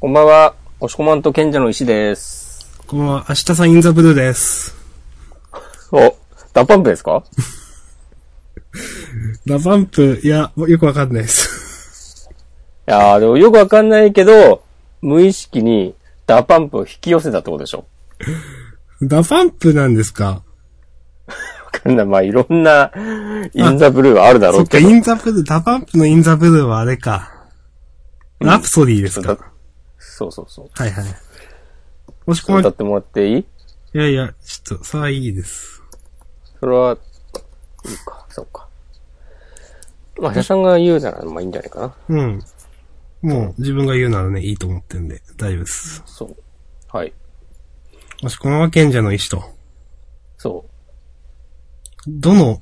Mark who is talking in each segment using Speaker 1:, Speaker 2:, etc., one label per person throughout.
Speaker 1: こんばんは、おしこまんと賢者の石です。
Speaker 2: こんばんは、明日さんインザブルーです。
Speaker 1: お、ダパンプですか
Speaker 2: ダバンプ、いや、よくわかんないです。
Speaker 1: いやー、でもよくわかんないけど、無意識にダパンプを引き寄せたってことでしょ。
Speaker 2: ダバンプなんですか
Speaker 1: わかんない。まあ、いろんな、インザブルーはあるだろ
Speaker 2: そうっか、
Speaker 1: け
Speaker 2: イ
Speaker 1: ど。
Speaker 2: ンザブルー、ダバンプのインザブルーはあれか。ラプソディーですか、
Speaker 1: だそうそうそう。
Speaker 2: はいはい。もしこま、い
Speaker 1: 歌ってもらっていい
Speaker 2: やいや、ちょっと、それはいいです。
Speaker 1: それは、いいか、そうか。まあ、社さんが言うなら、まあいいんじゃないかな。
Speaker 2: うん。もう、自分が言うならね、いいと思ってんで、大丈夫です。
Speaker 1: そう。はい。
Speaker 2: もしこまは賢者の石と、
Speaker 1: そ
Speaker 2: どの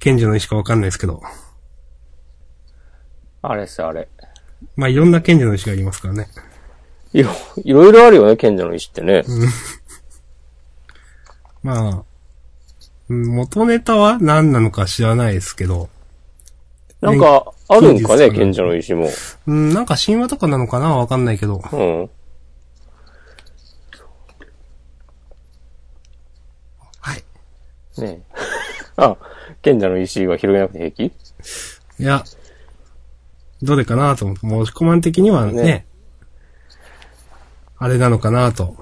Speaker 2: 賢者の石かわかんないですけど、
Speaker 1: う。あれですよ、あれ。
Speaker 2: まあ、いろんな賢者の石がありますからね。
Speaker 1: いろ、いろいろあるよね、賢者の石ってね。
Speaker 2: まあ、うん元ネタは何なのか知らないですけど、
Speaker 1: なんか、あるんか
Speaker 2: いいです
Speaker 1: ね、
Speaker 2: かね
Speaker 1: 賢者の石も。
Speaker 2: うん、なんか神話とかなのかなわかんないけど。
Speaker 1: うん。
Speaker 2: はい。
Speaker 1: ねえ。 あ、賢者の石は広げなくて平気
Speaker 2: いや、どれかなと思って、もう、コマン的にはね、
Speaker 1: ね
Speaker 2: あれなのかなと。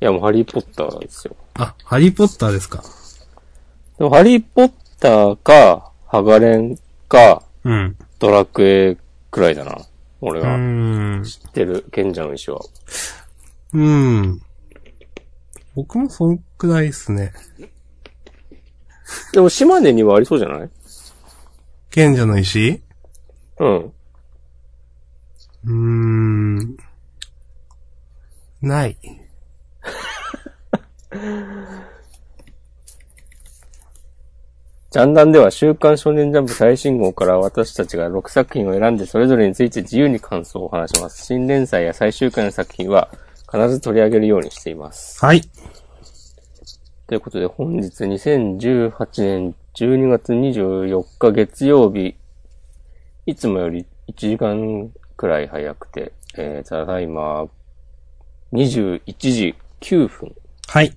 Speaker 1: いや、もうハリーポッターですよ。
Speaker 2: あ、ハリーポッターですか。
Speaker 1: でも、ハリーポッターか、ハガレンか、
Speaker 2: うん。
Speaker 1: ドラクエくらいだな。俺
Speaker 2: うー
Speaker 1: が
Speaker 2: ん。
Speaker 1: 知ってる賢者の石は。
Speaker 2: うん。僕もそんくらいですね。
Speaker 1: でも、島根にはありそうじゃない
Speaker 2: 賢者の石
Speaker 1: うん。
Speaker 2: うーん。ない。
Speaker 1: ジャンダンでは週刊少年ジャンプ最新号から私たちが6作品を選んでそれぞれについて自由に感想を話します。新連載や最終回の作品は必ず取り上げるようにしています。
Speaker 2: はい。
Speaker 1: ということで本日2018年12月24日月曜日、いつもより1時間くらい早くて、えー、ただいま21時9分
Speaker 2: はい。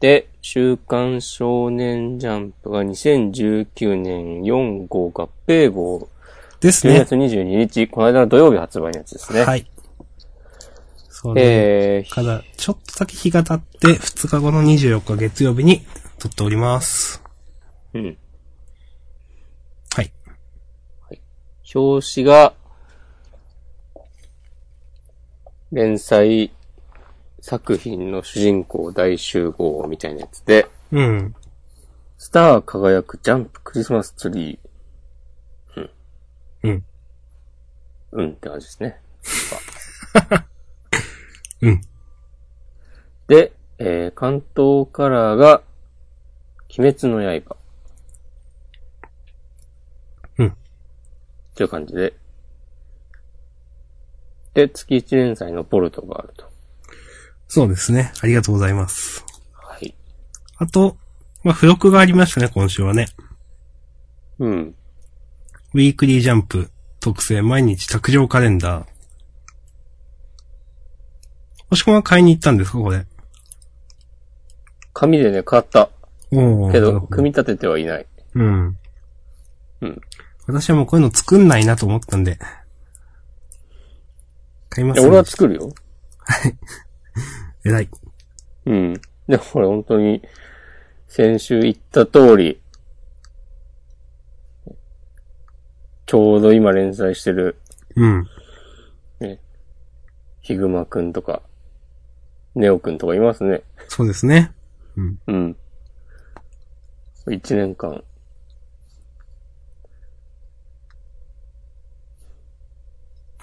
Speaker 1: で、週刊少年ジャンプが2019年4号合併号、
Speaker 2: です
Speaker 1: 10
Speaker 2: ね。
Speaker 1: 月22日、この間の土曜日発売のやつですね。
Speaker 2: はい。そ
Speaker 1: え
Speaker 2: れ
Speaker 1: ー、
Speaker 2: から、ちょっとだけ日が経って、2日後の24日月曜日に撮っております。
Speaker 1: うん。
Speaker 2: はい。
Speaker 1: 表紙が、連載作品の主人公大集合みたいなやつで、
Speaker 2: うん。
Speaker 1: スター輝くジャンプクリスマスツリー、
Speaker 2: うん。
Speaker 1: うんって感じですね。
Speaker 2: うん。
Speaker 1: で、えー、関東カラーが、鬼滅の刃。
Speaker 2: うん。
Speaker 1: という感じで。で、月1連載のボルトがあると。
Speaker 2: そうですね。ありがとうございます。
Speaker 1: はい。
Speaker 2: あと、まあ、付録がありましたね、今週はね。
Speaker 1: うん。
Speaker 2: ウィークリージャンプ特製毎日卓上カレンダー。もしくは買いに行ったんですか、これ。
Speaker 1: 紙でね、買った。
Speaker 2: おー
Speaker 1: け
Speaker 2: なる
Speaker 1: ど、
Speaker 2: ほ
Speaker 1: 組み立ててはいない。
Speaker 2: うん。
Speaker 1: うん。
Speaker 2: 私はもうこういうの作んないなと思ったんで。買いま
Speaker 1: い
Speaker 2: す、
Speaker 1: や、俺は作るよ。
Speaker 2: 偉い。
Speaker 1: うん。で、これ本当に、先週言った通り、ちょうど今連載してる、
Speaker 2: うん。
Speaker 1: ね、ヒグマくんとか、ネオくんとかいますね。
Speaker 2: そうですね。うん。
Speaker 1: うん。一年間。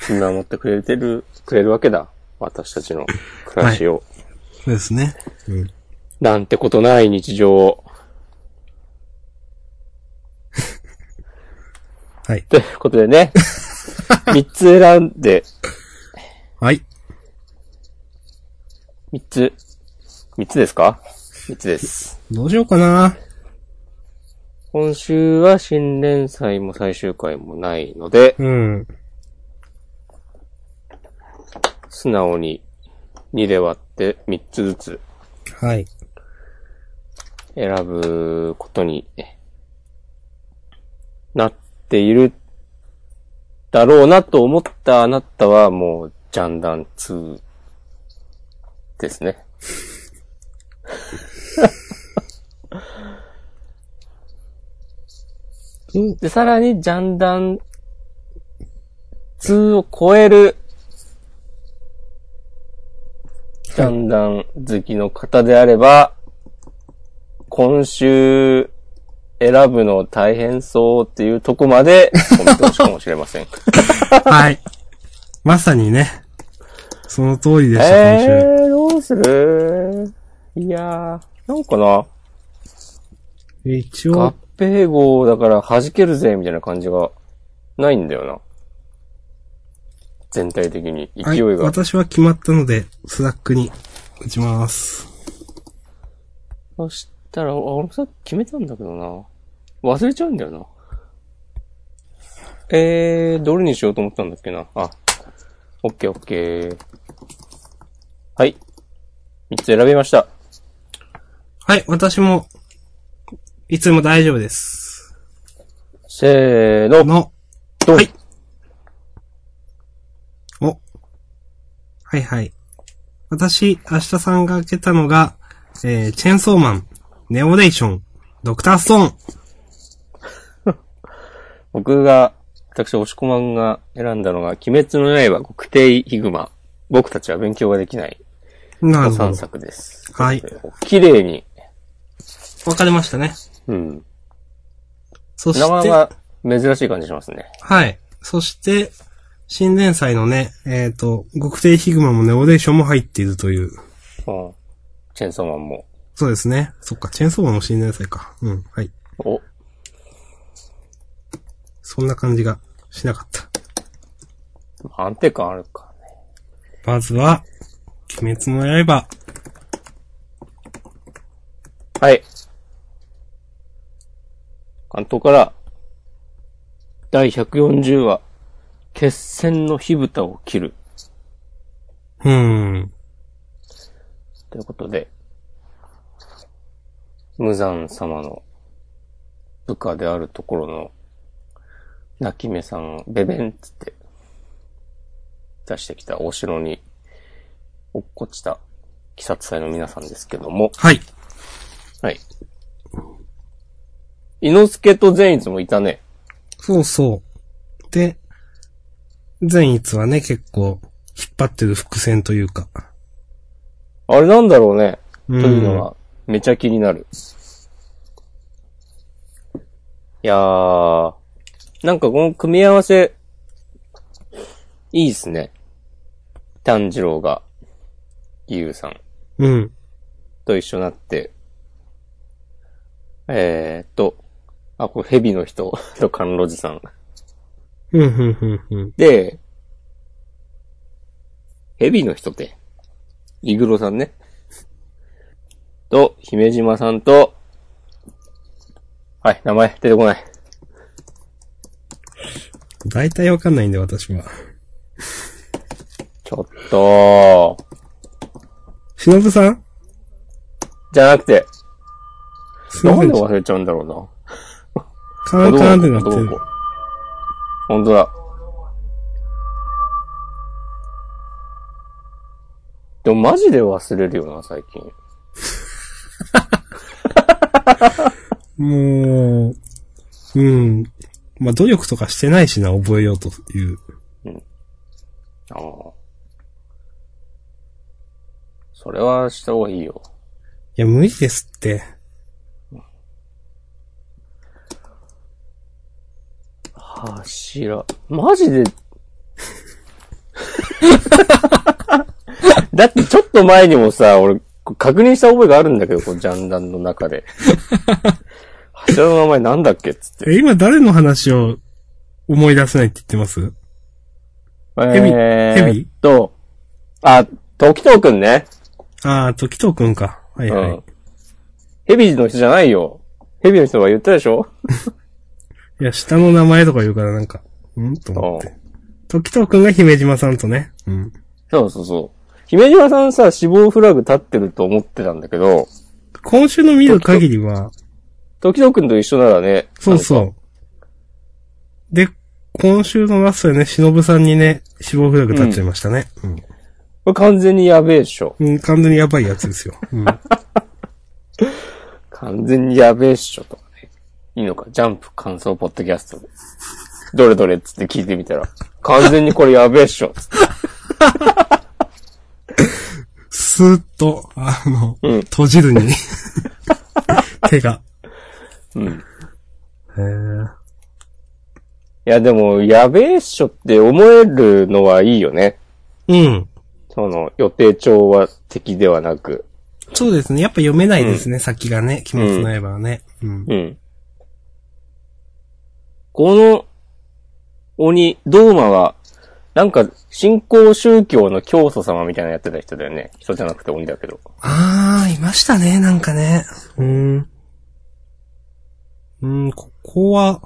Speaker 1: 見守ってくれてる、くれるわけだ。私たちの暮らしを。
Speaker 2: そうですね。うん。
Speaker 1: なんてことない日常を。
Speaker 2: はい。
Speaker 1: ということでね。三つ選んで、
Speaker 2: はい。
Speaker 1: 三つ。三つですか三つです。
Speaker 2: どうしようかな。
Speaker 1: 今週は新連載も最終回もないので、
Speaker 2: うん。
Speaker 1: 素直に2で割って3つずつ
Speaker 2: はい。
Speaker 1: 選ぶことになっているだろうなと思ったあなたはもうジャンダン2ですね。
Speaker 2: うん。
Speaker 1: で、さらにジャンダン2を超えるジャンダン好きの方であれば、今週選ぶの大変そうっていうとこまでお見通しかもしれ ません。
Speaker 2: はい。 まさにね、その通りでした、今週。
Speaker 1: えー、どうするいやー、なんかな、
Speaker 2: 一
Speaker 1: 合
Speaker 2: 応、
Speaker 1: 併号だから弾けるぜ、みたいな感じがないんだよな。全体的に
Speaker 2: は
Speaker 1: 勢い
Speaker 2: い、
Speaker 1: が。
Speaker 2: 私は決まったので、スラックに打ちます。
Speaker 1: そしたら、あ俺さっき決めたんだけどな。忘れちゃうんだよな。えー、どれにしようと思ったんだっけな。あ、オッケーオッケー。はい。3つ選びました。
Speaker 2: はい、私も、いつも大丈夫です。
Speaker 1: せーの、
Speaker 2: の、
Speaker 1: ドン、
Speaker 2: はいお。はいはい。私、明日さんが開けたのが、えー、チェーンソーマン、ネオレーション、ドクターストーン。
Speaker 1: 僕が、私、押し込まんが選んだのが、鬼滅の刃、極低ヒグマ。僕たちは勉強ができない。
Speaker 2: なるほ
Speaker 1: 3
Speaker 2: ど。
Speaker 1: 作です。
Speaker 2: はい。
Speaker 1: 綺麗に。
Speaker 2: 分かれましたね。
Speaker 1: うん。
Speaker 2: そ
Speaker 1: なか
Speaker 2: して、
Speaker 1: なか珍しい感じしますね。
Speaker 2: はい。そして、新連載のね、えっ、と、極低ヒグマもネオレーションも入っているとい
Speaker 1: う
Speaker 2: う。
Speaker 1: ん。チェンソーマンも。
Speaker 2: そうですね。そっか、チェーンソーマンも新連載か。うん、はい。
Speaker 1: お、
Speaker 2: そんな感じがしなかった。
Speaker 1: 安定感あるかね。
Speaker 2: まずは、鬼滅の刃。
Speaker 1: はい。関東から、第140話、決戦の火蓋を切る。
Speaker 2: うーん。
Speaker 1: ということで、無惨様の部下であるところの、泣き目さん、ベベンっつって、出してきたお城に落っこちた鬼殺隊の皆さんですけども、
Speaker 2: はい。
Speaker 1: はい。伊之助と善逸もいたね。
Speaker 2: そうそう。で、善逸はね、結構、引っ張ってる伏線というか。
Speaker 1: あれなんだろうね。
Speaker 2: うん
Speaker 1: というのが、めちゃ気になる。いやー、なんかこの組み合わせ、いいっすね。炭治郎が、義勇さん
Speaker 2: うん。
Speaker 1: と一緒になって、えーっと、あ、これ蛇の人 と甘露寺さん。
Speaker 2: うん、うん、うん、うん。
Speaker 1: で、蛇の人って、イグロさんね。と、姫島さんと、はい、名前出てこない。
Speaker 2: 大体わかんないんで、私は。
Speaker 1: ちょっと、
Speaker 2: 忍さん
Speaker 1: じゃなくて、
Speaker 2: すい
Speaker 1: な
Speaker 2: ませ
Speaker 1: ん
Speaker 2: ん
Speaker 1: で。忘れちゃうんだろ
Speaker 2: カ
Speaker 1: う
Speaker 2: ラ
Speaker 1: な。
Speaker 2: ンカランってなってる
Speaker 1: 男。ほんとだ。でもマジで忘れるよな、最近。
Speaker 2: もう、うん。まあ、努力とかしてないしな、覚えようという。
Speaker 1: ああ。それはした方がいいよ。
Speaker 2: いや、無理ですって。
Speaker 1: 柱。マジで。 だってちょっと前にもさ、俺、確認した覚えがあるんだけど、このジャンダンの中で。柱の名前なんだっけっつって。
Speaker 2: え、今誰の話を思い出せないって言ってますビ
Speaker 1: え
Speaker 2: ヘ
Speaker 1: ー
Speaker 2: ビ
Speaker 1: っと、あ、時藤くんね。
Speaker 2: ああ、時藤くんか。はいはい。
Speaker 1: うん。ヘビの人じゃないよ。ヘビの人が言ったでしょ
Speaker 2: いや、下の名前とか言うからなんか、うんと思って。時藤くんが姫島さんとね。うん。
Speaker 1: そうそうそう。姫島さんさ、死亡フラグ立ってると思ってたんだけど、
Speaker 2: 今週の見る限りは、
Speaker 1: 時々くんと一緒ならね、
Speaker 2: そうそう。で、今週のラストでね、忍さんにね、死亡フラグ立っちゃいましたね。うん。
Speaker 1: これ完全にやべえっしょ。
Speaker 2: うん、完全にやばいやつですよ。うん。
Speaker 1: 完全にやべえっしょとかね。いいのか、ジャンプ感想ポッドキャストで。どれどれっつって聞いてみたら、完全にこれやべえっしょっつって。
Speaker 2: スーッと、あの、
Speaker 1: うん
Speaker 2: 閉じる に。手が。
Speaker 1: うん。
Speaker 2: へー
Speaker 1: いやでも、やべえっしょって思えるのはいいよね。
Speaker 2: うん。
Speaker 1: その、予定調和的ではなく。
Speaker 2: そうですね。やっぱ読めないですね、先がね。鬼滅の刃はね。うん。
Speaker 1: うん。この、鬼、ドーマは、なんか、信仰宗教の教祖様みたいなのやってた人だよね。人じゃなくて鬼だけど。
Speaker 2: あー、いましたね、なんかね。うーん。うん、ここは、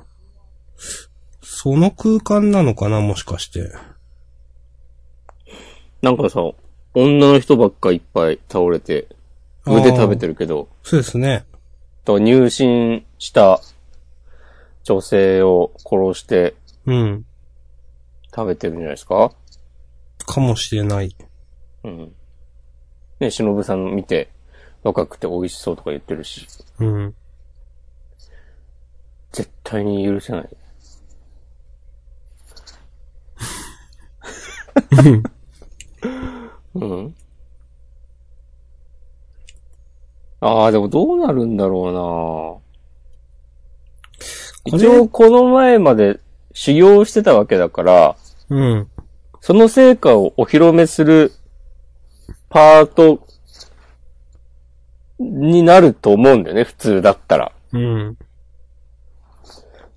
Speaker 2: その空間なのかな、もしかして。
Speaker 1: なんかさ、女の人ばっかいっぱい倒れて、腕食べてるけど、
Speaker 2: そうですね。
Speaker 1: と入信した女性を殺して
Speaker 2: うん。
Speaker 1: 食べてるんじゃないですか
Speaker 2: かもしれない。
Speaker 1: うん。ね、忍さん見て、若くて美味しそうとか言ってるし、
Speaker 2: うん。
Speaker 1: 絶対に許せない。 うん。ああ、でもどうなるんだろうな
Speaker 2: これ
Speaker 1: 一応この前まで修行してたわけだから、
Speaker 2: うん。
Speaker 1: その成果をお披露目するパートになると思うんだよね、普通だったら。
Speaker 2: うん。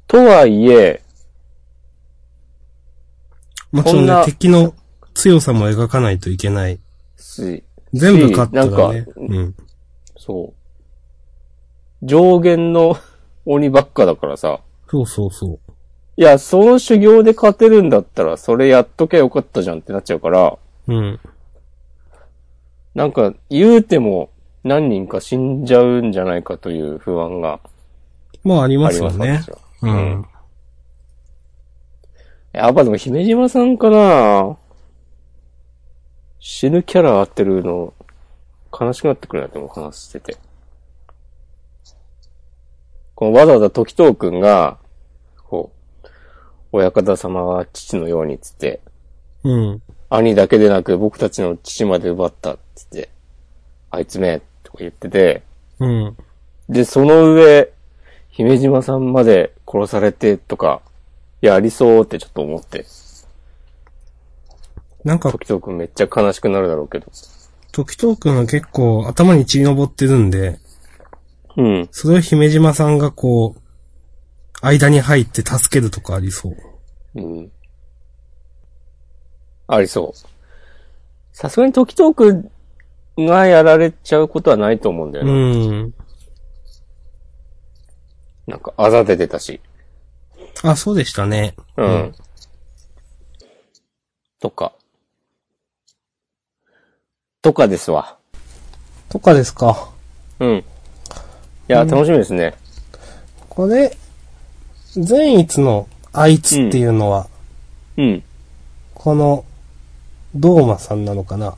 Speaker 1: とはいえ、
Speaker 2: もちろ
Speaker 1: こ
Speaker 2: ん
Speaker 1: ん
Speaker 2: ね、
Speaker 1: な
Speaker 2: 敵の強さも描かないといけない。
Speaker 1: し
Speaker 2: 全部カットだ
Speaker 1: なん
Speaker 2: ね
Speaker 1: か。
Speaker 2: うん。
Speaker 1: そう。上限の鬼ばっかだからさ。
Speaker 2: そうそうそう。
Speaker 1: いや、その修行で勝てるんだったら、それやっときゃよかったじゃんってなっちゃうから、
Speaker 2: うん。
Speaker 1: なんか、言うても何人か死んじゃうんじゃないかという不安が
Speaker 2: まあ、あり
Speaker 1: あ
Speaker 2: ます
Speaker 1: り
Speaker 2: よ
Speaker 1: ます
Speaker 2: ね。
Speaker 1: 私は
Speaker 2: うん。
Speaker 1: やっぱでも姫島さんかな死ぬキャラ当てるの、悲しくなってくるなっても話してて。このわざわざ時藤くんが、こう、親方様は父のようにっつって、
Speaker 2: うん。
Speaker 1: 兄だけでなく僕たちの父まで奪ったっつって、あいつめ、とか言ってて、
Speaker 2: うん。
Speaker 1: で、その上、姫島さんまで殺されてとか、いや、ありそうってちょっと思って。
Speaker 2: なんか、
Speaker 1: 時藤くんめっちゃ悲しくなるだろうけど。
Speaker 2: 時藤くんは結構頭に血に上ってるんで、
Speaker 1: うん。
Speaker 2: それを姫島さんがこう、間に入って助けるとかありそう。
Speaker 1: うん。ありそう。さすがに時藤くんがやられちゃうことはないと思うんだよ
Speaker 2: う
Speaker 1: ね。
Speaker 2: ん。
Speaker 1: なんか、あざ出てたし。
Speaker 2: あ、そうでしたね。
Speaker 1: うん。
Speaker 2: うん
Speaker 1: とか。とかですわ。
Speaker 2: とかですか。
Speaker 1: うん。いや、楽しみですね。
Speaker 2: これ、善逸のあいつっていうのは、
Speaker 1: うん。
Speaker 2: この、ドーマさんなのかな。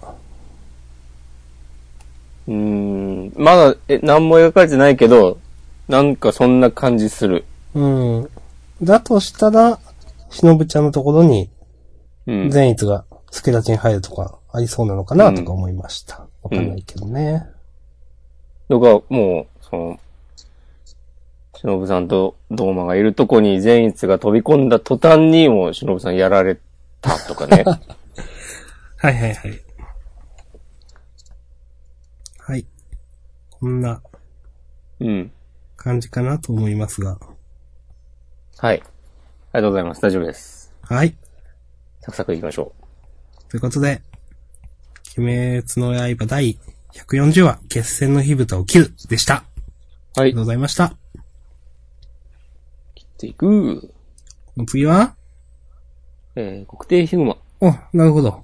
Speaker 1: うーん。まだ、え、何も描かれてないけど、なんかそんな感じする。
Speaker 2: うん。だとしたら、しのぶちゃんのところに、
Speaker 1: うん。
Speaker 2: 善逸が助立ちに入るとか、ありそうなのかな、とか思いました。わかんないけどね。
Speaker 1: のが、もう、その、忍さんとドーマがいるとこに善逸が飛び込んだ途端に、もう忍さんやられたと かね。
Speaker 2: はいはいはい。はい。こんな
Speaker 1: うん。
Speaker 2: 感じかなと思いますが。
Speaker 1: はい。ありがとうございます。大丈夫です。
Speaker 2: はい。
Speaker 1: サクサクいきましょ
Speaker 2: ということで、鬼滅の刃第140話、決戦の火蓋を切るでした。あ
Speaker 1: う。は
Speaker 2: り
Speaker 1: い。切
Speaker 2: がとうございました。
Speaker 1: っていく。
Speaker 2: お次は
Speaker 1: えー、国定ヒグマ。
Speaker 2: お、なるほど。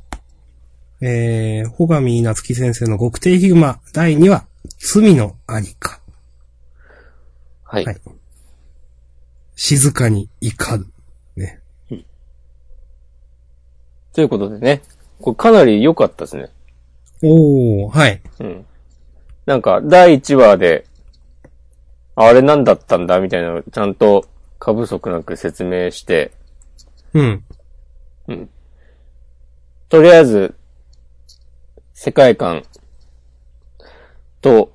Speaker 2: ええー、ほがみなつき先生の極低ヒグマ第2話、罪のありか。
Speaker 1: はい。
Speaker 2: はい静かに怒る。ね。
Speaker 1: ということでね、これかなり良かったですね。
Speaker 2: おー、はい。
Speaker 1: うん。なんか、第1話で、あれ何だったんだみたいなのをちゃんと過不足なく説明して、
Speaker 2: うん。
Speaker 1: とりあえず、世界観と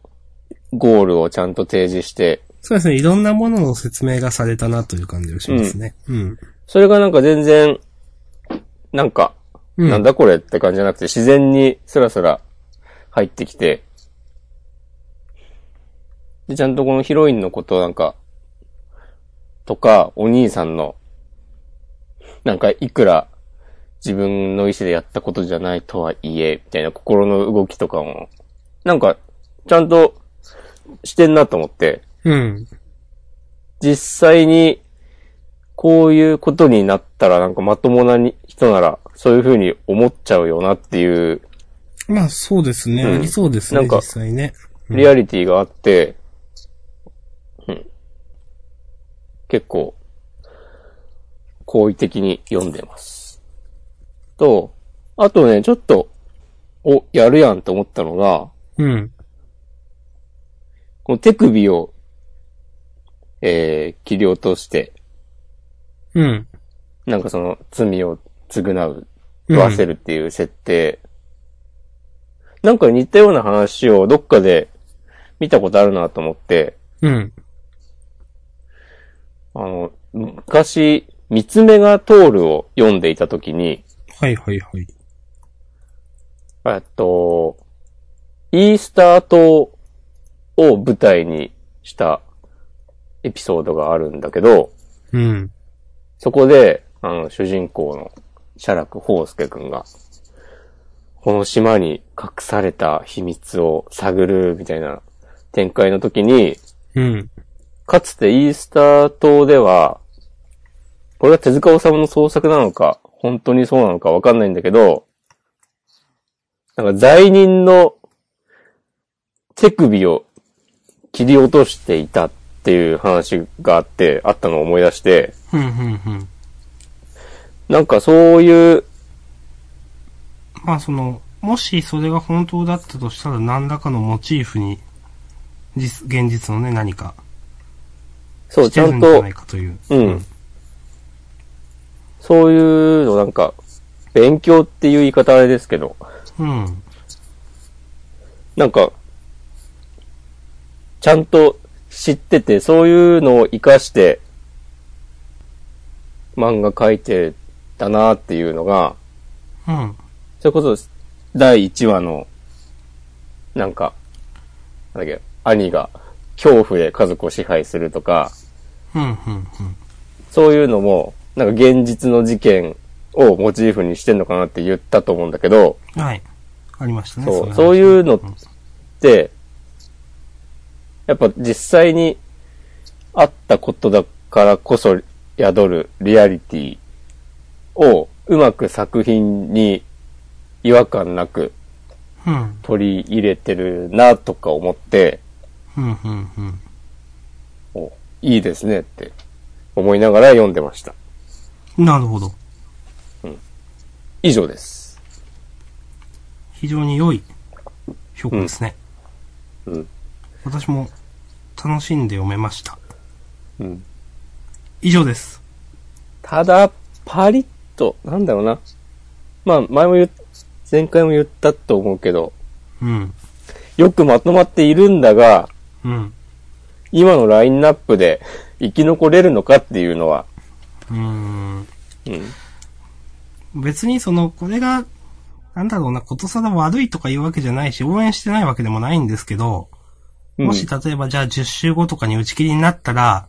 Speaker 1: ゴールをちゃんと提示して、
Speaker 2: そうですね。いろんなものの説明がされたなという感じがしますね。うん。
Speaker 1: それがなんか全然、なんか、
Speaker 2: うん。
Speaker 1: なんだこれって感じじゃなくて、自然にスラスラ入ってきて、で、ちゃんとこのヒロインのことなんか、とか、お兄さんの、なんか、いくら自分の意思でやったことじゃないとはいえ、みたいな心の動きとかも、なんか、ちゃんとしてんなと思って、
Speaker 2: うん。
Speaker 1: 実際に、こういうことになったら、なんかまともなに人なら、そういう風に思っちゃうよなっていう、
Speaker 2: まあ、そうですね。
Speaker 1: うん
Speaker 2: ありそうですね。
Speaker 1: なんか
Speaker 2: 実際ね。うん
Speaker 1: リアリティがあって、うん。結構、好意的に読んでます。と、あとね、ちょっと、お、やるやんと思ったのが、
Speaker 2: うん。
Speaker 1: この手首を、えー、切り落として、
Speaker 2: うん。
Speaker 1: なんかその、罪を償う
Speaker 2: うん
Speaker 1: 食わせるっていう設定。なんか似たような話をどっかで見たことあるなと思って、
Speaker 2: うん。
Speaker 1: あの、昔、三つ目が通るを読んでいたときに、
Speaker 2: はいはいはい。
Speaker 1: えっと、イースター島を舞台にしたエピソードがあるんだけど、
Speaker 2: うん。
Speaker 1: そこで、あの、主人公の写楽宝介くんが、この島に隠された秘密を探るみたいな展開の時に、
Speaker 2: うん。
Speaker 1: かつてイースター島では、これは手塚治虫の創作なのか、本当にそうなのかわかんないんだけど、なんか罪人の手首を切り落としていたっていう話があって、あったのを思い出して、
Speaker 2: うん。うん。うん。
Speaker 1: なんかそういう、
Speaker 2: まあ、その、もしそれが本当だったとしたら何らかのモチーフに、実、現実のね、何か、
Speaker 1: そう、
Speaker 2: し
Speaker 1: ち
Speaker 2: て
Speaker 1: ゃ
Speaker 2: るん
Speaker 1: ん
Speaker 2: じゃ
Speaker 1: と
Speaker 2: ない、かという。
Speaker 1: うん。そういうの、なんか、勉強っていう言い方あれですけど、
Speaker 2: うん。
Speaker 1: なんか、ちゃんと知ってて、そういうのを活かして、漫画描いてたなっていうのが、
Speaker 2: うん。
Speaker 1: それこそ、第1話の、なんか、なんだっけ、兄が恐怖で家族を支配するとか、
Speaker 2: うん。うん。
Speaker 1: そういうのも、なんか現実の事件をモチーフにしてんのかなって言ったと思うんだけど、
Speaker 2: うん。はい。ありましたね。
Speaker 1: そう
Speaker 2: 話
Speaker 1: そういうの
Speaker 2: ん
Speaker 1: で、やっぱ実際にあったことだからこそ宿るリアリティをうまく作品に違和感なく
Speaker 2: うん。
Speaker 1: 取り入れてるなとか思って、
Speaker 2: うん。うん。うん。
Speaker 1: おいいですねって思いながら読んでました。
Speaker 2: なるほど。
Speaker 1: 以上です。
Speaker 2: 非常に良い評価ですね。
Speaker 1: うん。
Speaker 2: 私も楽しんで読めました。
Speaker 1: うん
Speaker 2: 以上です。
Speaker 1: ただ、パリッと、なんだろうな。まあ、前も言っ、前回も言ったと思うけど、
Speaker 2: うん。
Speaker 1: よくまとまっているんだが、
Speaker 2: うん。
Speaker 1: 今のラインナップで生き残れるのかっていうのは、
Speaker 2: うー
Speaker 1: う
Speaker 2: ん。
Speaker 1: ん。
Speaker 2: 別にその、これが、なんだろうな、ことさら悪いとかいうわけじゃないし、応援してないわけでもないんですけど、もし例えばじゃあ10週後とかに打ち切りになったら、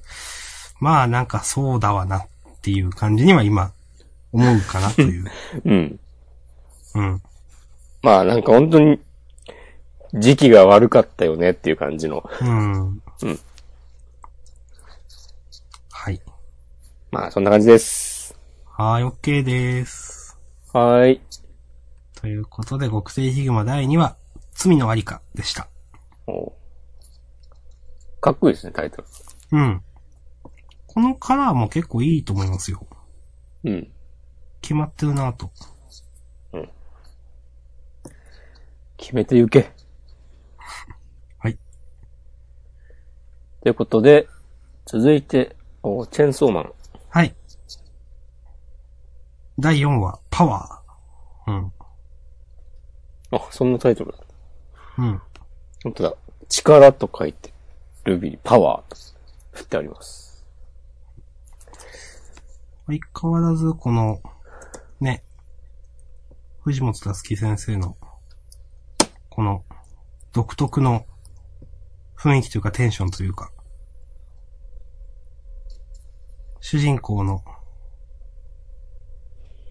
Speaker 2: まあなんかそうだわなっていう感じには今、思うかなと いう。
Speaker 1: うん、うん。
Speaker 2: うん。
Speaker 1: まあ、なんか本当に、時期が悪かったよねっていう感じの。
Speaker 2: うん。はい。
Speaker 1: まあ、そんな感じです。
Speaker 2: はい、OK です。
Speaker 1: はーい。
Speaker 2: ということで、極性ヒグマ第2話、罪のありかでした。
Speaker 1: おかっこいいですね、タイト
Speaker 2: うん。このカラーも結構いいと思いますよ。
Speaker 1: ル。うん。
Speaker 2: 決まってるなぁと。
Speaker 1: 決めてゆけ。
Speaker 2: はい。
Speaker 1: ということで、続いて、おチェンソーマン。
Speaker 2: はい。第4話、パワー。うん。
Speaker 1: あ、そんなタイトルだ。
Speaker 2: うん。
Speaker 1: 本当だ。力と書いて、ルビー、パワーと振ってあります。
Speaker 2: 相変わらず、この、ね、藤本たすき先生の、この、独特の雰囲気というかテンションというか、主人公の、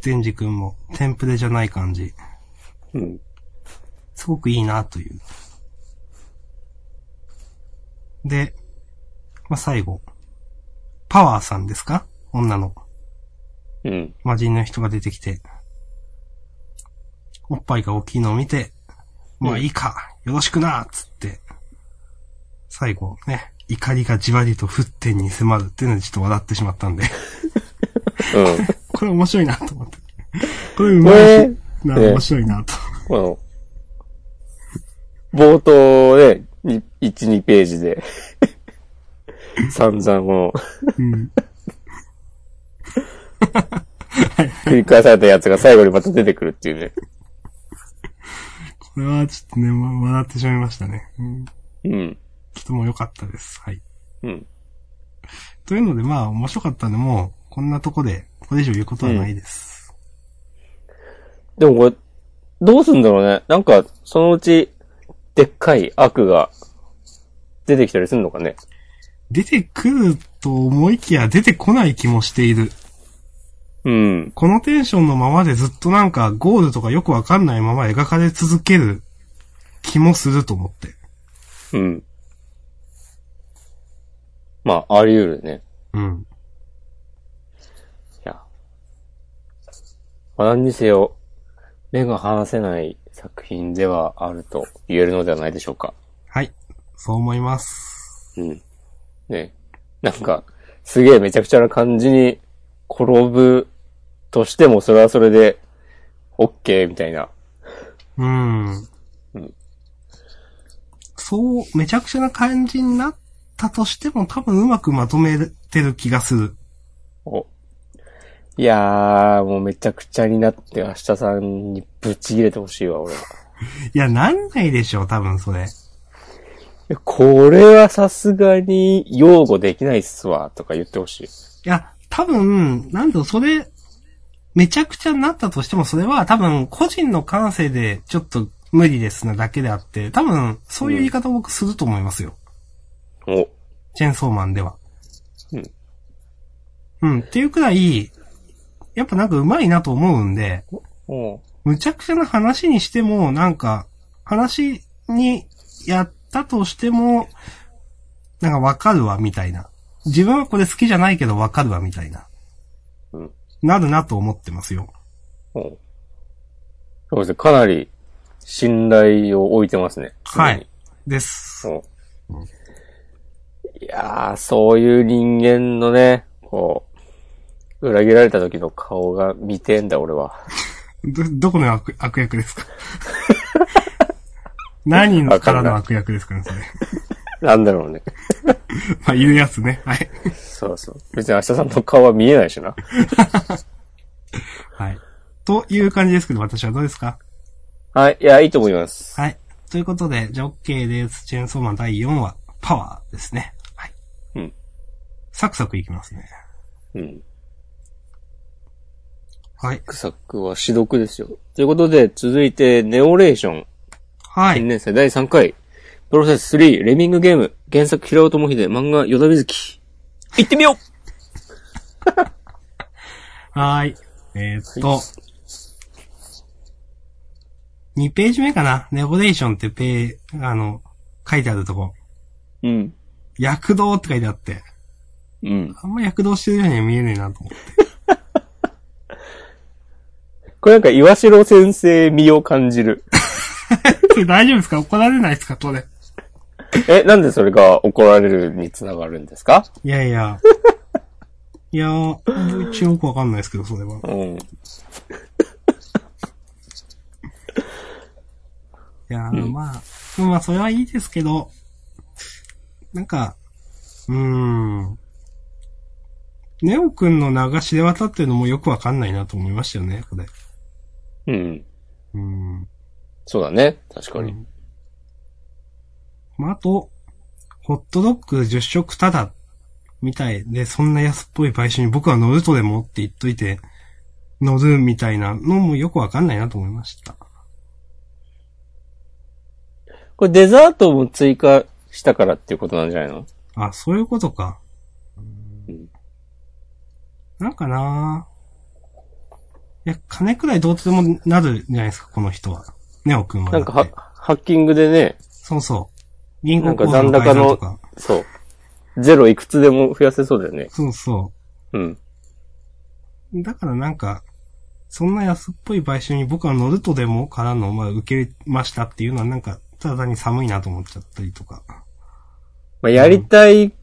Speaker 2: 善治君も、テンプレじゃない感じ、
Speaker 1: うん。
Speaker 2: すごくいいなという。で、まあ、最後、パワーさんですか女の。
Speaker 1: うん。
Speaker 2: 魔人の人が出てきて、おっぱいが大きいのを見て、まあいいか、よろしくな、つって、最後ね、怒りがじわりと沸点に迫るっていうのでちょっと笑ってしまったんで、
Speaker 1: うん。
Speaker 2: これ面白いなと思って。これうま
Speaker 1: え
Speaker 2: い
Speaker 1: ー
Speaker 2: な、
Speaker 1: ええ
Speaker 2: 面白いなと。
Speaker 1: この、冒頭で、に1、2ページで、 散々この、
Speaker 2: うん。
Speaker 1: 繰り返されたやつが最後にまた出てくるっていうね。
Speaker 2: これはちょっとね、ま笑ってしまいましたね。うん。
Speaker 1: うん。
Speaker 2: とても良かったです。はい。
Speaker 1: うん。
Speaker 2: というのでまあ面白かったんで、もうこんなとこで、これ以上言うことはないです。
Speaker 1: でもこれ、どうすんだろうね。なんか、そのうち、でっかい悪が、出てきたりするのかね。
Speaker 2: 出てくると思いきや出てこない気もしている。
Speaker 1: うん。
Speaker 2: このテンションのままでずっとなんかゴールとかよくわかんないまま描かれ続ける気もすると思って。
Speaker 1: うん。まあ、あり得るね。
Speaker 2: うん。
Speaker 1: いや。まあ、何にせよ、目が離せない作品ではあると言えるのではないでしょうか。
Speaker 2: はい。そう思います。
Speaker 1: うん。ね。なんか、すげえめちゃくちゃな感じに転ぶとしても、それはそれで、OK みたいな。
Speaker 2: うん。そう、めちゃくちゃな感じになったとしても多分うまくまとめてる気がする。
Speaker 1: お。いやー、もうめちゃくちゃになって明日さんにぶち切れてほしいわ、俺は。
Speaker 2: いや、なんないでしょう、多分それ。
Speaker 1: えこれはさすがに擁護できないっすわ、とか言ってほしい。
Speaker 2: いや、多分、なんだろう、それ、めちゃくちゃになったとしても、それは多分、個人の感性でちょっと無理ですなだけであって、多分、そういう言い方を僕すると思いますよ。
Speaker 1: お。
Speaker 2: チェーンソーマンでは。
Speaker 1: うん。
Speaker 2: うん、っていうくらい、やっぱなんか上手いなと思うんで、
Speaker 1: お
Speaker 2: むちゃくちゃな話にしても、なんか、話にやったとしても、なんかわかるわ、みたいな。自分はこれ好きじゃないけどわかるわ、みたいな。
Speaker 1: うん。
Speaker 2: なるなと思ってますよ。
Speaker 1: おそうですね、かなり信頼を置いてますね。
Speaker 2: はい。です。
Speaker 1: そう。いやー、そういう人間のね、こう、裏切られた時の顔が見てんだ、俺は。
Speaker 2: ど、どこの悪悪役ですか 何のからの悪役ですかね、それ。
Speaker 1: なんだろうね。
Speaker 2: まあ、言うやつね。はい。
Speaker 1: そうそう。別に明日さんの顔は見えない しな。
Speaker 2: はい。という感じですけど、私はどうですか
Speaker 1: はい。いや、いいと思います。
Speaker 2: はい。ということで、じゃあ OK です。チェーンソーマン第4話、パワーですね。はい。
Speaker 1: うん。
Speaker 2: サクサクいきますね。
Speaker 1: うん。
Speaker 2: はい。
Speaker 1: サクは死読ですよ。ということで、続いて、ネオレーション。
Speaker 2: は
Speaker 1: 新
Speaker 2: い。
Speaker 1: 年祭第3回。プロセス3、レミングゲーム。原作、平尾智秀、漫画、与田瑞希。行ってみよう
Speaker 2: はい。えーっと、2ページ目かな。ネゴレーションってペー、あの、書いてあるとこ。
Speaker 1: うん。
Speaker 2: 躍動って書いてあって。
Speaker 1: うん。
Speaker 2: あんま躍動してるようには見えねえなと思って。
Speaker 1: ここれなんか岩城先生身を感じる。
Speaker 2: それ 大丈夫ですか怒られないですかこれ。
Speaker 1: え、なんでそれが怒られるにつながるんですか
Speaker 2: いやいや。いやー、一応よくわかんないですけど、それは。
Speaker 1: うん。
Speaker 2: いやー、まあ、まあ、それはいいですけど、なんか、うーん。ネオくんの流しで渡ってるのもよくわかんないなと思いましたよね、これ。
Speaker 1: うん。
Speaker 2: うん。
Speaker 1: そうだね。確かに。
Speaker 2: まあ、あと、ホットドッグ10食ただ、みたいで、そんな安っぽい買収に僕は乗るとでもって言っといて、乗るみたいなのもよくわかんないなと思いました。
Speaker 1: これデザートも追加したからっていうことなんじゃないの
Speaker 2: あ、そういうことか。
Speaker 1: ん
Speaker 2: なんかなぁ。いや、金くらいどうとでもなるじゃないですか、この人は。ネオくんは。
Speaker 1: なんか
Speaker 2: だっ
Speaker 1: は
Speaker 2: て、
Speaker 1: ハッキングでね、
Speaker 2: そうそう。銀
Speaker 1: な
Speaker 2: 行
Speaker 1: んか
Speaker 2: 口座
Speaker 1: 残
Speaker 2: の
Speaker 1: 高
Speaker 2: 改ざん
Speaker 1: の
Speaker 2: とか。、
Speaker 1: そう。ゼロいくつでも増やせそうだよね。
Speaker 2: そうそ
Speaker 1: うん。
Speaker 2: う。だからなんか、そんな安っぽい買収に僕は乗るとでもからの、まあ、受けましたっていうのはなんか、ただ単に寒いなと思っちゃったりとか。
Speaker 1: まあ、やりたい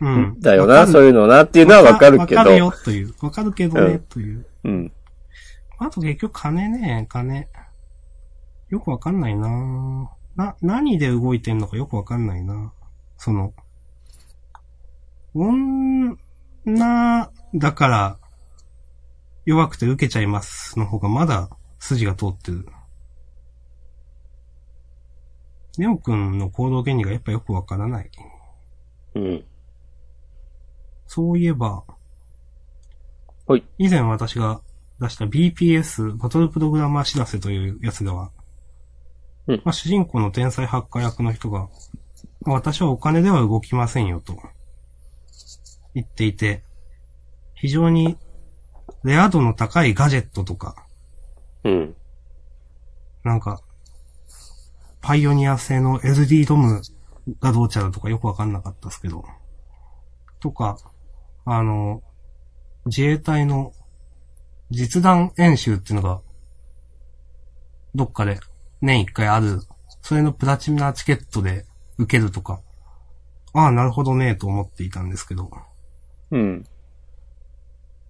Speaker 2: うん。
Speaker 1: だよな、
Speaker 2: わかる
Speaker 1: そういうのなっていうのはわかるけ
Speaker 2: わかる
Speaker 1: ど
Speaker 2: よ。という。わかるけどね、
Speaker 1: うん
Speaker 2: という。
Speaker 1: うん。
Speaker 2: あと結局金ね、金。よくわかんないなな、何で動いてんのかよくわかんないなその、女だから弱くて受けちゃいますの方がまだ筋が通ってる。ネオくんの行動原理がやっぱよくわからない。
Speaker 1: うん。
Speaker 2: そういえば、
Speaker 1: はい。
Speaker 2: 以前私が出した BPS、バトルプログラマー知らせというやつでは、
Speaker 1: うん
Speaker 2: まあ、主人公の天才ハッカー役の人が、まあ私はお金では動きませんよと、言っていて、非常にレア度の高いガジェットとか、
Speaker 1: うん。
Speaker 2: なんか、パイオニア製の SD ドムがどうちゃらとかよくわかんなかったですけど。とか、あの、自衛隊の実弾演習っていうのが、どっかで年一回ある、それのプラチナチケットで受けるとか、ああ、なるほどね、と思っていたんですけど、
Speaker 1: うん。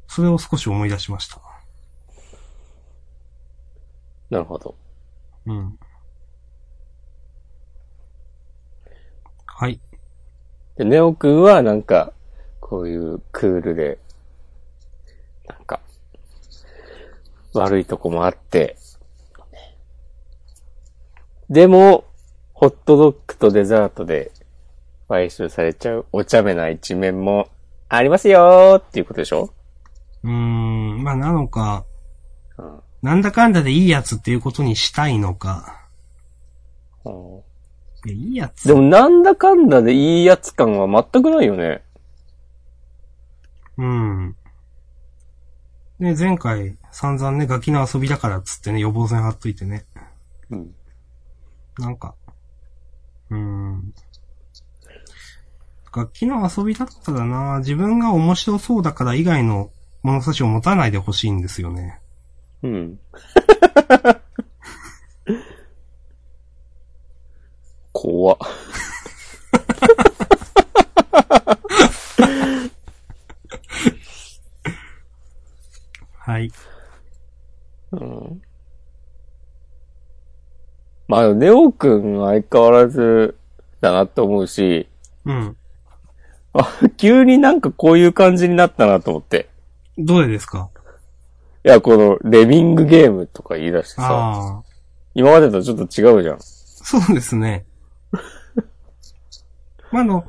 Speaker 2: それを少し思い出しました。
Speaker 1: なるほど。
Speaker 2: うん。はい。
Speaker 1: で、ネオくんはなんか、こういうクールで、なんか、悪いとこもあって、でも、ホットドッグとデザートで、買収されちゃうお茶目な一面もありますよーっていうことでしょ
Speaker 2: うーん、まあなのか、
Speaker 1: うん。
Speaker 2: なんだかんだでいいやつっていうことにしたいのか。
Speaker 1: うん
Speaker 2: いやいいやつ
Speaker 1: でもなんだかんだでいいやつ感は全くないよね。
Speaker 2: うん。で、前回散々ね、ガキの遊びだからっつってね、予防線張っといてね。
Speaker 1: うん。
Speaker 2: なんか。うーん。楽器の遊びだったらな自分が面白そうだから以外の物差しを持たないでほしいんですよね。
Speaker 1: うん。 怖っ。
Speaker 2: はい。
Speaker 1: うん。まあ、ネオくん相変わらずだなって思うし、
Speaker 2: うん。
Speaker 1: あ、急になんかこういう感じになったなと思って。
Speaker 2: どれですか
Speaker 1: いや、この、レミングゲームとか言い出してさ、
Speaker 2: ああ。
Speaker 1: 今までとちょっと違うじゃん。
Speaker 2: そうですね。まあ、あの、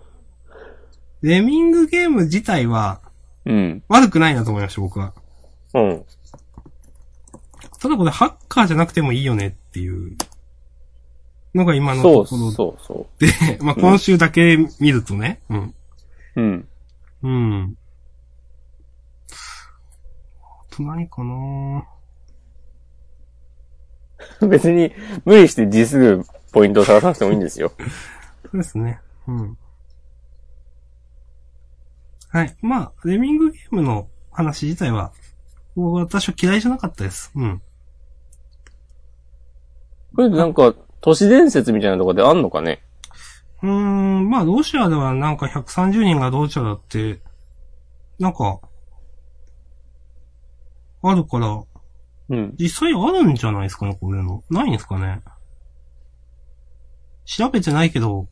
Speaker 2: レミングゲーム自体は
Speaker 1: うん。
Speaker 2: 悪くないなと思いました、僕は。
Speaker 1: うん。
Speaker 2: ただこれハッカーじゃなくてもいいよねっていうのが今の
Speaker 1: そ
Speaker 2: と
Speaker 1: う
Speaker 2: ころ
Speaker 1: そう
Speaker 2: で、
Speaker 1: そ
Speaker 2: まあ今週だけ見るとね。うん。
Speaker 1: う。うん。
Speaker 2: うん。あと何かな
Speaker 1: 別に、無理してディスるポイントを探さなくてもいいんですよ。
Speaker 2: そうですね。うん。はい。まあ、レミングゲームの話自体は、もう私は嫌いじゃなかったです。うん。
Speaker 1: これなんか、都市伝説みたいなとこであんのかね
Speaker 2: うーん、まあ、ロシアではなんか130人が同調だって、なんか、あるから、
Speaker 1: うん。
Speaker 2: 実際あるんじゃないですかね、こういうの。ないんですかね。調べてないけど、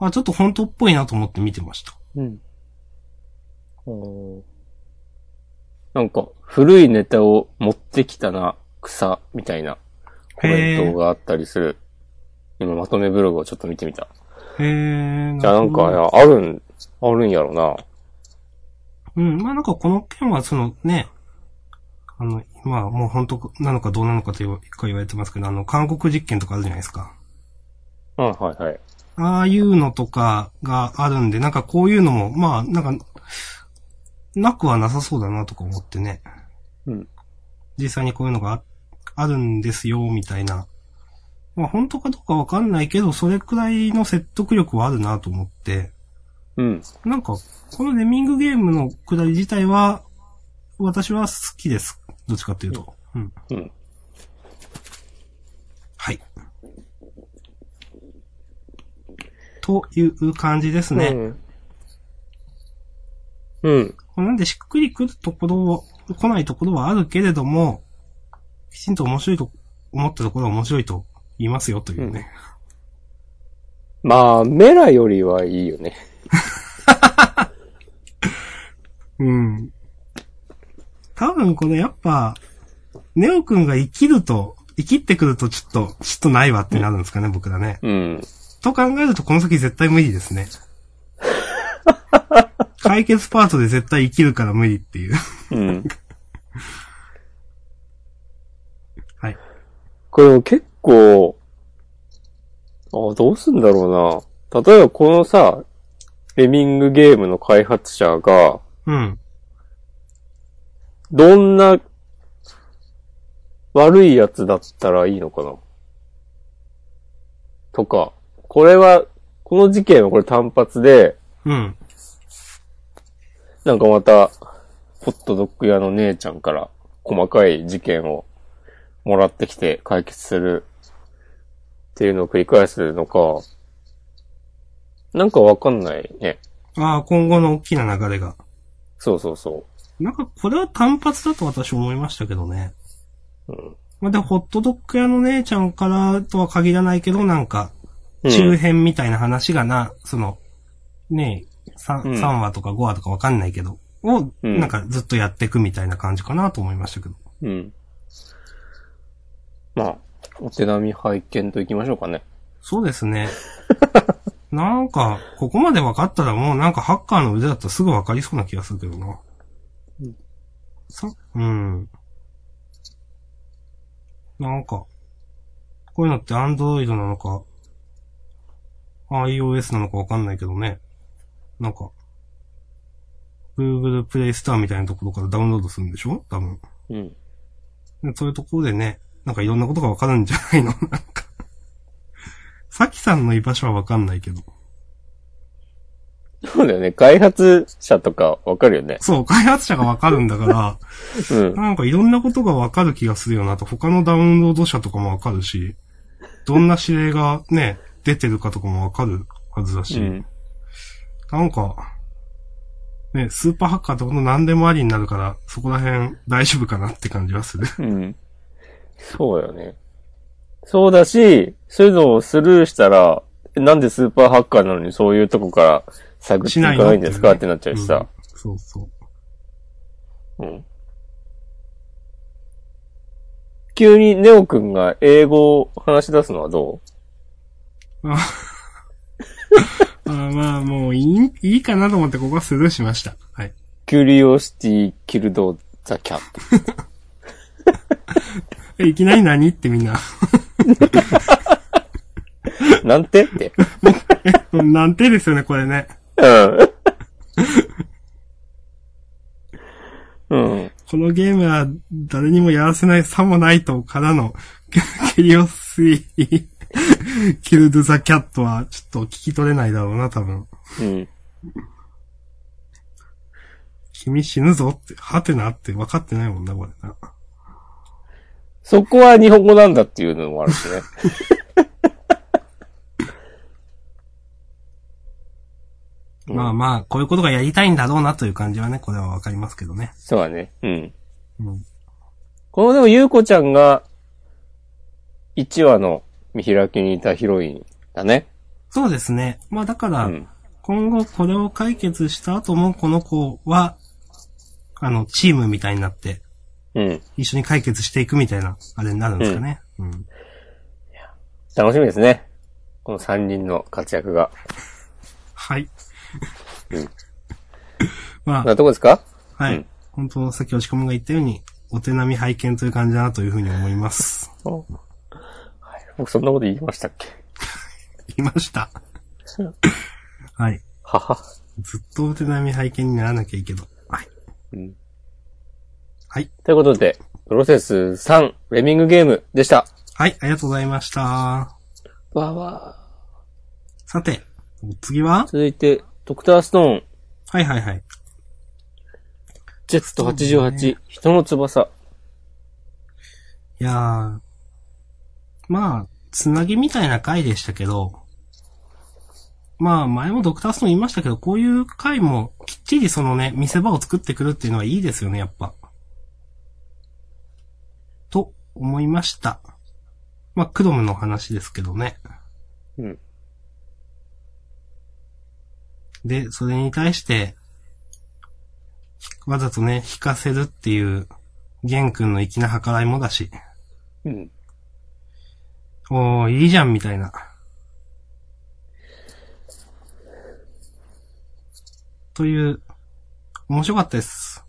Speaker 2: あ、ちょっと本当っぽいなと思って見てました。
Speaker 1: うん。おーなんか、古いネタを持ってきたな、草、みたいなコメントがあったりする。今まとめブログをちょっと見てみた。
Speaker 2: へえ。
Speaker 1: じゃあなんか、いやあるん、あるんやろな。
Speaker 2: うん、まあなんかこの件はそのね、あの、今もう本当なのかどうなのかというか言われてますけど、あの、韓国実験とかあるじゃないですか。
Speaker 1: うん、はいはい。
Speaker 2: ああいうのとかがあるんで、なんかこういうのも、まあなんか、なくはなさそうだなとか思ってね。
Speaker 1: うん。
Speaker 2: 実際にこういうのがああるんですよ、みたいな。まあ本当かどうかわかんないけど、それくらいの説得力はあるなと思って。
Speaker 1: うん。
Speaker 2: なんか、このレミングゲームのくだり自体は、私は好きです。どっちかっていうと。うん。
Speaker 1: うん。
Speaker 2: はい。という感じですね。
Speaker 1: うん。うん。
Speaker 2: これなんでしっくりくるところを、来ないところはあるけれども、きちんと面白いと、思ったところは面白いと言いますよというね。
Speaker 1: まあ、メラよりはいいよね。
Speaker 2: うん。多分これやっぱ、ネオくんが生きると、生きってくるとちょっと、ちょっとないわってなるんですかね、僕らね。
Speaker 1: うん。
Speaker 2: と考えるとこの先絶対無理で すね。解決パートで絶対生きるから無理っていう。
Speaker 1: うん。
Speaker 2: はい。
Speaker 1: これも結構、あどうすんだろうな。例えばこのさ、レミングゲームの開発者が、
Speaker 2: うん。
Speaker 1: どんな悪いやつだったらいいのかなとか、これは、この事件はこれ単発で、
Speaker 2: うん。
Speaker 1: なんかまた、ホットドッグ屋の姉ちゃんから細かい事件をもらってきて解決するっていうのを繰り返すのか、なんかわかんないね。
Speaker 2: ああ、今後の大きな流れが。
Speaker 1: そうそうそ
Speaker 2: なんかこれは単発だと私思いましたけどね。
Speaker 1: う。うん
Speaker 2: まあ、で、ホットドッグ屋の姉ちゃんからとは限らないけど、なんか、
Speaker 1: うん。
Speaker 2: 中編みたいな話がな、その、ねえ、3,
Speaker 1: うん
Speaker 2: 3話とか5話とかわかんないけど、を、
Speaker 1: うん
Speaker 2: なんかずっとやっていくみたいな感じかなと思いましたけど。
Speaker 1: うん。まあ、お手並み拝見といきましょうかね。
Speaker 2: そうですね。 なんか、ここまで分かったらもうなんかハッカーの腕だったらすぐ分かりそうな気がするけどな。
Speaker 1: うん
Speaker 2: さ、うん。なんか、こういうのってアンドロイドなのか、iOS なのか分かんないけどね。なんか、Google Play Store みたいなところからダウンロードするんでしょ多分。
Speaker 1: うん。
Speaker 2: でそういうところでね、なんかいろんなことがわかるんじゃないの なんか。さきさんの居場所はわかんないけど。
Speaker 1: そうだよね。開発者とかわかるよね。
Speaker 2: そう、開発者がわかるんだから、
Speaker 1: うん。
Speaker 2: なんかいろんなことがわかる気がするよなと、他のダウンロード者とかもわかるし、どんな指令がね、出てるかとかもわかるはずだし、
Speaker 1: うん。
Speaker 2: なんか、ね、スーパーハッカーってほんと何でもありになるから、そこら辺大丈夫かなって感じはする。
Speaker 1: うん。そうだよね。そうだし、そういうのをスルーしたら、えなんでスーパーハッカーなのにそういうとこから探っていかないんですかってなっちゃうしさ。
Speaker 2: うんそうそう。
Speaker 1: うん。急にネオくんが英語を話し出すのはど
Speaker 2: あーまあ、もういい、いいかなと思ってここはスルーしました。はい。
Speaker 1: うキュリオシティ・キルド・ザ・キャット。
Speaker 2: えいきなり何ってみんな。
Speaker 1: なんてって。
Speaker 2: なんてですよね、これね。
Speaker 1: うん。うん。
Speaker 2: このゲームは誰にもやらせないさもないとからの、 ケリオスイ、 キルドゥザキャットはちょっと聞き取れないだろうな、多分。
Speaker 1: うん。
Speaker 2: 君死ぬぞって、はてなって分かってないもんな、これな。
Speaker 1: そこは日本語なんだっていうのもあるしね。うん
Speaker 2: まあまあ、こういうことがやりたいんだろうなという感じはね、これは分かりますけどね。
Speaker 1: そうだね。うん。
Speaker 2: うん。
Speaker 1: このでも、ゆうこちゃんが、1話の見開きにいたヒロインだね。
Speaker 2: そうですね。まあだか
Speaker 1: う
Speaker 2: ら、
Speaker 1: ん。
Speaker 2: 今後これを解決した後も、この子は、あの、チームみたいになって、
Speaker 1: うん。
Speaker 2: 一緒に解決していくみたいな、あれになるんですかね。うん。
Speaker 1: 楽しみですね。この3人の活躍が。
Speaker 2: はい。
Speaker 1: うん
Speaker 2: ま
Speaker 1: そん
Speaker 2: あ
Speaker 1: な、とこですか
Speaker 2: はい。
Speaker 1: うん
Speaker 2: 本当、さっき押し込みが言ったように、お手並み拝見という感じだなというふうに思います。
Speaker 1: はい僕そんなこと言いましたっ け
Speaker 2: 言いました。はい。
Speaker 1: はは。
Speaker 2: ずっとお手並み拝見にならなきゃいいけど。はい。
Speaker 1: うん
Speaker 2: はい。
Speaker 1: ということで、プロセス3、レミングゲームでした。
Speaker 2: はい、ありがとうございました。
Speaker 1: わーわ
Speaker 2: さて、お次は
Speaker 1: ー続いて、ドクターストーン、
Speaker 2: はいはいはい。
Speaker 1: ジェット88、人の翼。
Speaker 2: いやー、まあ、つなぎみたいな回でしたけど、まあ前もドクターストーン言いましたけど、こういう回もきっちりそのね、見せ場を作ってくるっていうのはいいですよね、やっぱ。と思いました。まあ、クロムの話ですけどね。
Speaker 1: うん。
Speaker 2: で、それに対して、ひわざとね、引かせるっていう、玄君の粋な計らいもだし。
Speaker 1: うん。
Speaker 2: おー、いいじゃん、みたいな。という、面白かったです。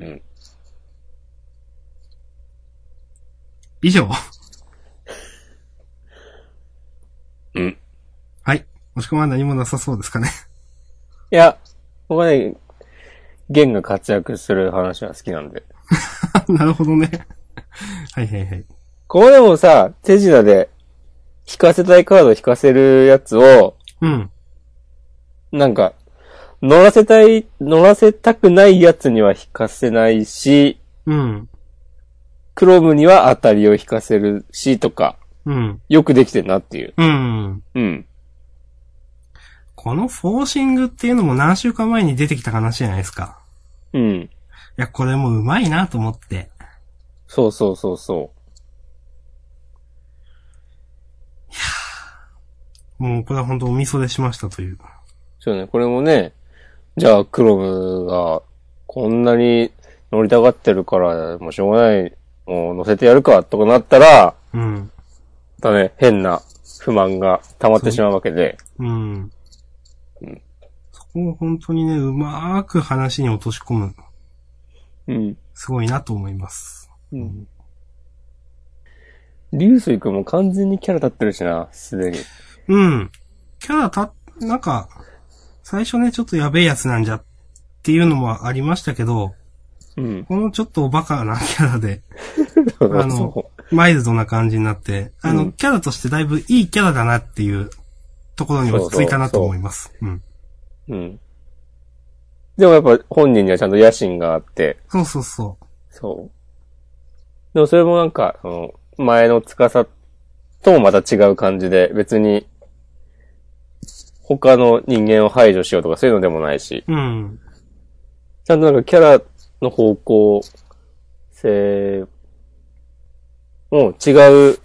Speaker 1: うん。
Speaker 2: 以上。
Speaker 1: うん。
Speaker 2: はい。もしくは何もなさそうですかね。
Speaker 1: いや、僕はね、ゲンが活躍する話は好きなんで。
Speaker 2: なるほどね。はいはいはい。
Speaker 1: ここでもさ、手品で、引かせたいカードを引かせるやつを、
Speaker 2: うん。
Speaker 1: なんか、乗らせたい、乗らせたくないやつには引かせないし、
Speaker 2: うん。
Speaker 1: クロムには当たりを引かせるし、とか、
Speaker 2: うん。
Speaker 1: よくできてるなっていう。
Speaker 2: うん。
Speaker 1: うん。
Speaker 2: このフォーシングっていうのも何週間前に出てきた話じゃないですか。
Speaker 1: うん。
Speaker 2: いや、これもうまいなと思って。
Speaker 1: そうそうそうそ
Speaker 2: もうこれは本当お味噌でしましたという。
Speaker 1: う。そうね、これもね、じゃあクロムが、こんなに乗りたがってるから、もうしょうがない、もう乗せてやるか、とかなったら、
Speaker 2: うん。
Speaker 1: だね、変な不満が溜まってしまうわけで。
Speaker 2: うん。
Speaker 1: うん
Speaker 2: そこを本当にね、うまーく話に落とし込む。
Speaker 1: うん。
Speaker 2: すごいなと思います。
Speaker 1: うん。流水くんも完全にキャラ立ってるしな、すでに。
Speaker 2: うん。キャラた、なんか、最初ね、ちょっとやべえやつなんじゃっていうのもありましたけど、
Speaker 1: うん。
Speaker 2: このちょっとおバカなキャラで、
Speaker 1: あ
Speaker 2: あの、マイルドな感じになって、あ
Speaker 1: う
Speaker 2: の、
Speaker 1: ん
Speaker 2: キャラとしてだいぶいいキャラだなっていうところに落ち着いたなと思います。うん。
Speaker 1: うん。でもやっぱ本人にはちゃんと野心があって、
Speaker 2: そうそうそう。
Speaker 1: そう。でもそれもなんか、その、前の司ともまた違う感じで、別に、他の人間を排除しようとかそういうのでもないし、
Speaker 2: うん。
Speaker 1: ちゃんとなんかキャラの方向性も違う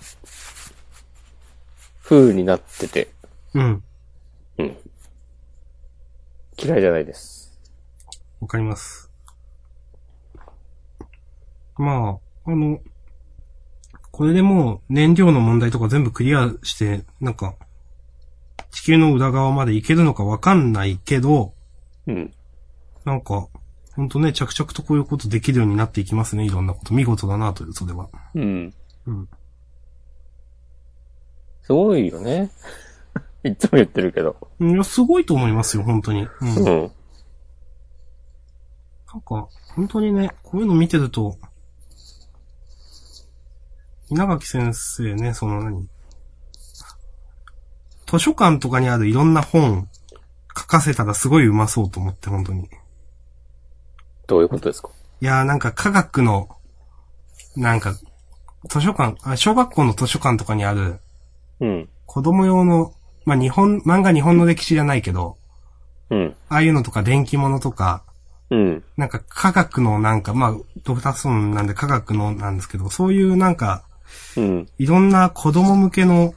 Speaker 1: 風になってて、
Speaker 2: うん。
Speaker 1: 嫌いじゃないです。
Speaker 2: わかります。まあ、あの、これでもう燃料の問題とか全部クリアして、なんか、地球の裏側まで行けるのかわかんないけど、
Speaker 1: うん。
Speaker 2: なんか、ほんとね、着々とこういうことできるようになっていきますね、いろんなこと。見事だな、という、それは。
Speaker 1: うん。
Speaker 2: うん。
Speaker 1: すごいよね。いつも言ってるけど。
Speaker 2: いや、すごいと思いますよ、本当に。うん。なん
Speaker 1: うん。
Speaker 2: か、本当にね、こういうの見てると、稲垣先生ね、その何図書館とかにあるいろんな本、書かせたらすごいうまそうと思って、本当に。
Speaker 1: どういうことですか
Speaker 2: いやーなんか科学の、なんか、図書館あ、小学校の図書館とかにある、
Speaker 1: うん。
Speaker 2: 子供用の、まあ、日本、漫画日本の歴史じゃないけど、
Speaker 1: うん。
Speaker 2: ああいうのとか電気物とか、
Speaker 1: うん。
Speaker 2: なんか科学のなんか、まあ、ドクターソンなんで科学のなんですけど、そういうなんか、
Speaker 1: うん。
Speaker 2: いろんな子供向けの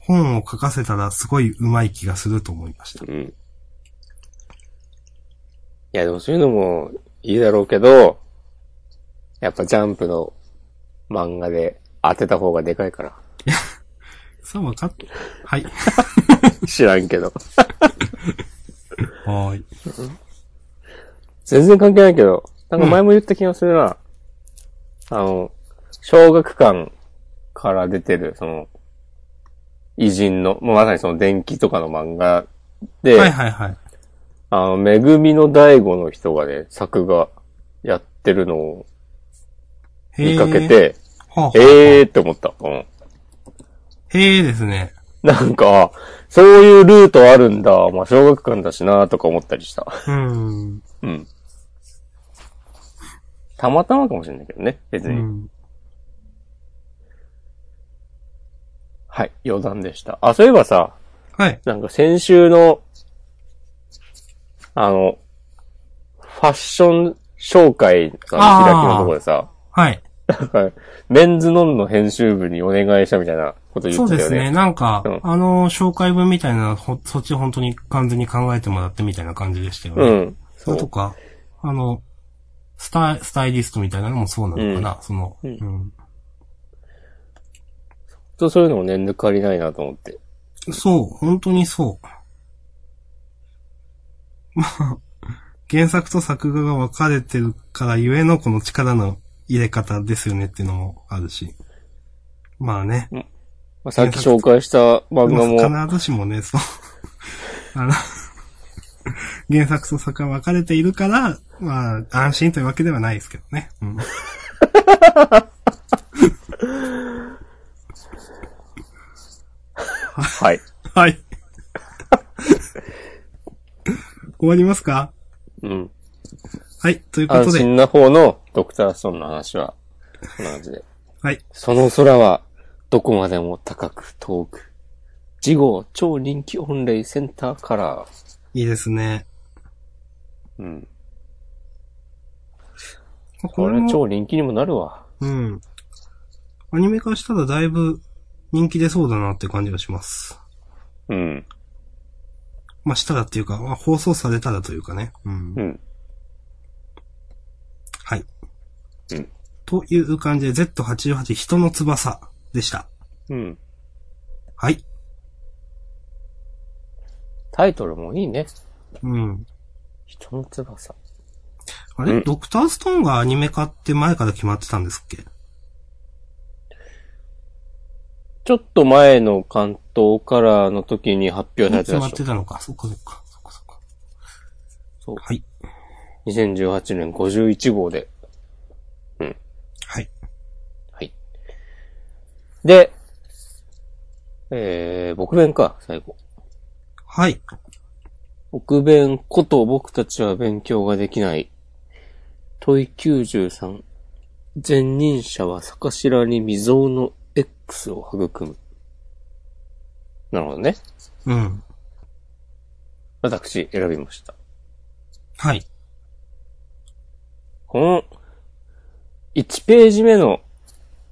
Speaker 2: 本を書かせたらすごい上手い気がすると思いました。
Speaker 1: うん。いや、でもそういうのもいいだろうけど、やっぱジャンプの漫画で当てた方がでかいから。
Speaker 2: さあ分かった。はい。
Speaker 1: 知らんけど。
Speaker 2: はーい。
Speaker 1: 全然関係ないけど、なんか前も言った気がするな。あの、小学館から出てる、その、偉人の、まあまさにその電気とかの漫画で、
Speaker 2: はいはいはい。
Speaker 1: あの、めぐみの大悟の人がね、作画やってるのを
Speaker 2: へー
Speaker 1: 見かけ。て、
Speaker 2: はあはあ
Speaker 1: えーって思った。うん。
Speaker 2: へーですね。
Speaker 1: なんか、そういうルートあるんだ。まあ、小学館だしなとか思ったりした。
Speaker 2: うーん。
Speaker 1: うん。たまたまかもしれないけどね、別
Speaker 2: う
Speaker 1: に。
Speaker 2: ん。
Speaker 1: はい、余談でした。あ、そういえばさ、
Speaker 2: はい。
Speaker 1: なんか先週の、あの、ファッション紹介の開きのところでさ、
Speaker 2: はい。
Speaker 1: なんかメンズノンの編集部にお願いしたみたいなこと言
Speaker 2: そ
Speaker 1: っ
Speaker 2: う
Speaker 1: てた
Speaker 2: で
Speaker 1: よ
Speaker 2: すね。
Speaker 1: ね。
Speaker 2: なんか、
Speaker 1: うん
Speaker 2: あの、紹介文みたいな、ほそっち本当に完全に考えてもらってみたいな感じでしたよね。
Speaker 1: うん。
Speaker 2: そ
Speaker 1: そ
Speaker 2: れと
Speaker 1: う。
Speaker 2: か、あの、スタイ、スタイリストみたいなのもそうなのかな、その、
Speaker 1: う
Speaker 2: うんん。
Speaker 1: とそういうのもね、抜かりないなと思って。
Speaker 2: そう、本当にそう。まあ、原作と作画が分かれてるからゆえのこの力の入れ方ですよねっていうのもあるし。まあね。
Speaker 1: まあ、さっき紹介した漫画
Speaker 2: で
Speaker 1: も、
Speaker 2: も必ずしもね、そう。 あの、原作と作画分かれているから、まあ、安心というわけではないですけどね。うん。
Speaker 1: はい。
Speaker 2: はい。終わりますか
Speaker 1: うん。
Speaker 2: はい、というこ
Speaker 1: 安
Speaker 2: とで。
Speaker 1: 心な方のドクターストーンの話は、こんな感じで。
Speaker 2: はい。
Speaker 1: その空は、どこまでも高く遠く。次号超人気御礼センターカラー。
Speaker 2: いいですね。
Speaker 1: うん。
Speaker 2: こ
Speaker 1: こ
Speaker 2: れ
Speaker 1: れ
Speaker 2: も、
Speaker 1: 超人気にもなるわ。
Speaker 2: うん。アニメ化したらだいぶ人気出そうだなって感じがします。
Speaker 1: うん。
Speaker 2: まあ、したらっていうか、まあ放送されたらというかね。うん
Speaker 1: う。ん。
Speaker 2: はい。
Speaker 1: うん
Speaker 2: という感じで Z88 人の翼でした。
Speaker 1: うん。
Speaker 2: はい。
Speaker 1: タイトルもいいね。
Speaker 2: うん。
Speaker 1: 人の翼。
Speaker 2: あれ、
Speaker 1: うん
Speaker 2: ドクターストーンがアニメ化って前から決まってたんですっけ
Speaker 1: ちょっと前の関東カラーの時に発表されて
Speaker 2: 決
Speaker 1: た
Speaker 2: ま
Speaker 1: で
Speaker 2: っ
Speaker 1: してょ。
Speaker 2: たのか。そっかそっか。そっかそっか。
Speaker 1: そう。
Speaker 2: はい。
Speaker 1: 2018年51号で。
Speaker 2: はい。
Speaker 1: はい。で、えー、僕弁か、最後。
Speaker 2: はい。
Speaker 1: 僕弁こと僕たちは勉強ができない。問い93。前任者は逆しらに未曾有の X を育む。なるほどね。
Speaker 2: うん。
Speaker 1: 私、選びました。
Speaker 2: はい。
Speaker 1: この、1ページ目の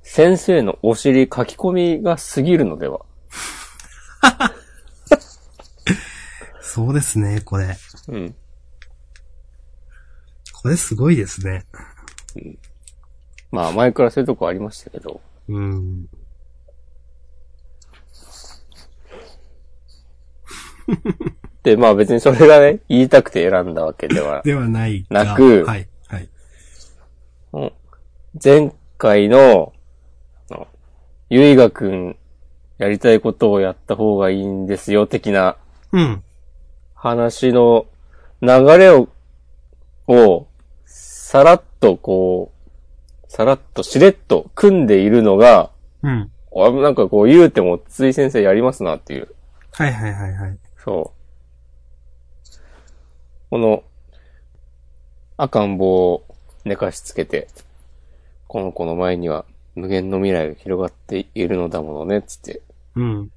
Speaker 1: 先生のお尻書き込みが過ぎるのでは
Speaker 2: そうですね、これ。
Speaker 1: うん。
Speaker 2: これすごいですね。
Speaker 1: まあ、前からそういうとこありましたけど。
Speaker 2: うん。
Speaker 1: で、まあ別にそれがね、 言いたくて選んだわけでは
Speaker 2: ではないが
Speaker 1: なく
Speaker 2: はい。はい。
Speaker 1: うん前回の、あのゆいがくん、やりたいことをやった方がいいんですよ、的な
Speaker 2: うん。
Speaker 1: 話の流れを、を、さらっとこう、さらっとしれっと組んでいるのが、
Speaker 2: うん。
Speaker 1: あなんかこう言うても、つい先生やりますなっていう。
Speaker 2: はいはいはいはい。
Speaker 1: そう。この、赤ん坊を寝かしつけて、この子の前には無限の未来が広がっているのだものね、つって、
Speaker 2: うん。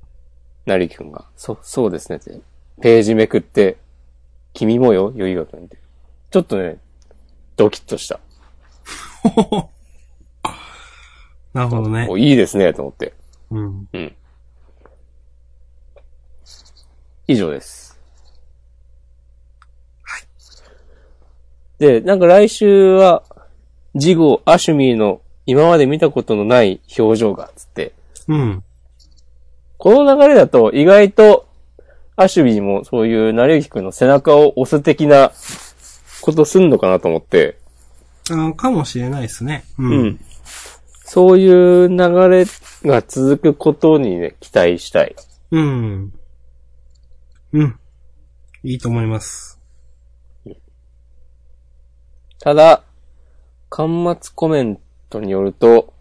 Speaker 1: 成木くんが、そ、そうですねって、ページめくって、君もよ、余裕がくんって。ちょっとね、ドキッとした。
Speaker 2: なるほどね。
Speaker 1: おいいですね、と思って。
Speaker 2: うん。
Speaker 1: 以上です。はい。で、なんか来週は、ジゴ、アシュミーの今まで見たことのない表情が、つって、
Speaker 2: うん。
Speaker 1: この流れだと意外と、アシュビーもそういう成幸くんの背中を押す的なことすんのかなと思って、
Speaker 2: あの、かもしれないですね。う。
Speaker 1: うんんそういう流れが続くことにね、期待したい。
Speaker 2: うん。うん。いいと思います。
Speaker 1: ただ、端末コメントによると、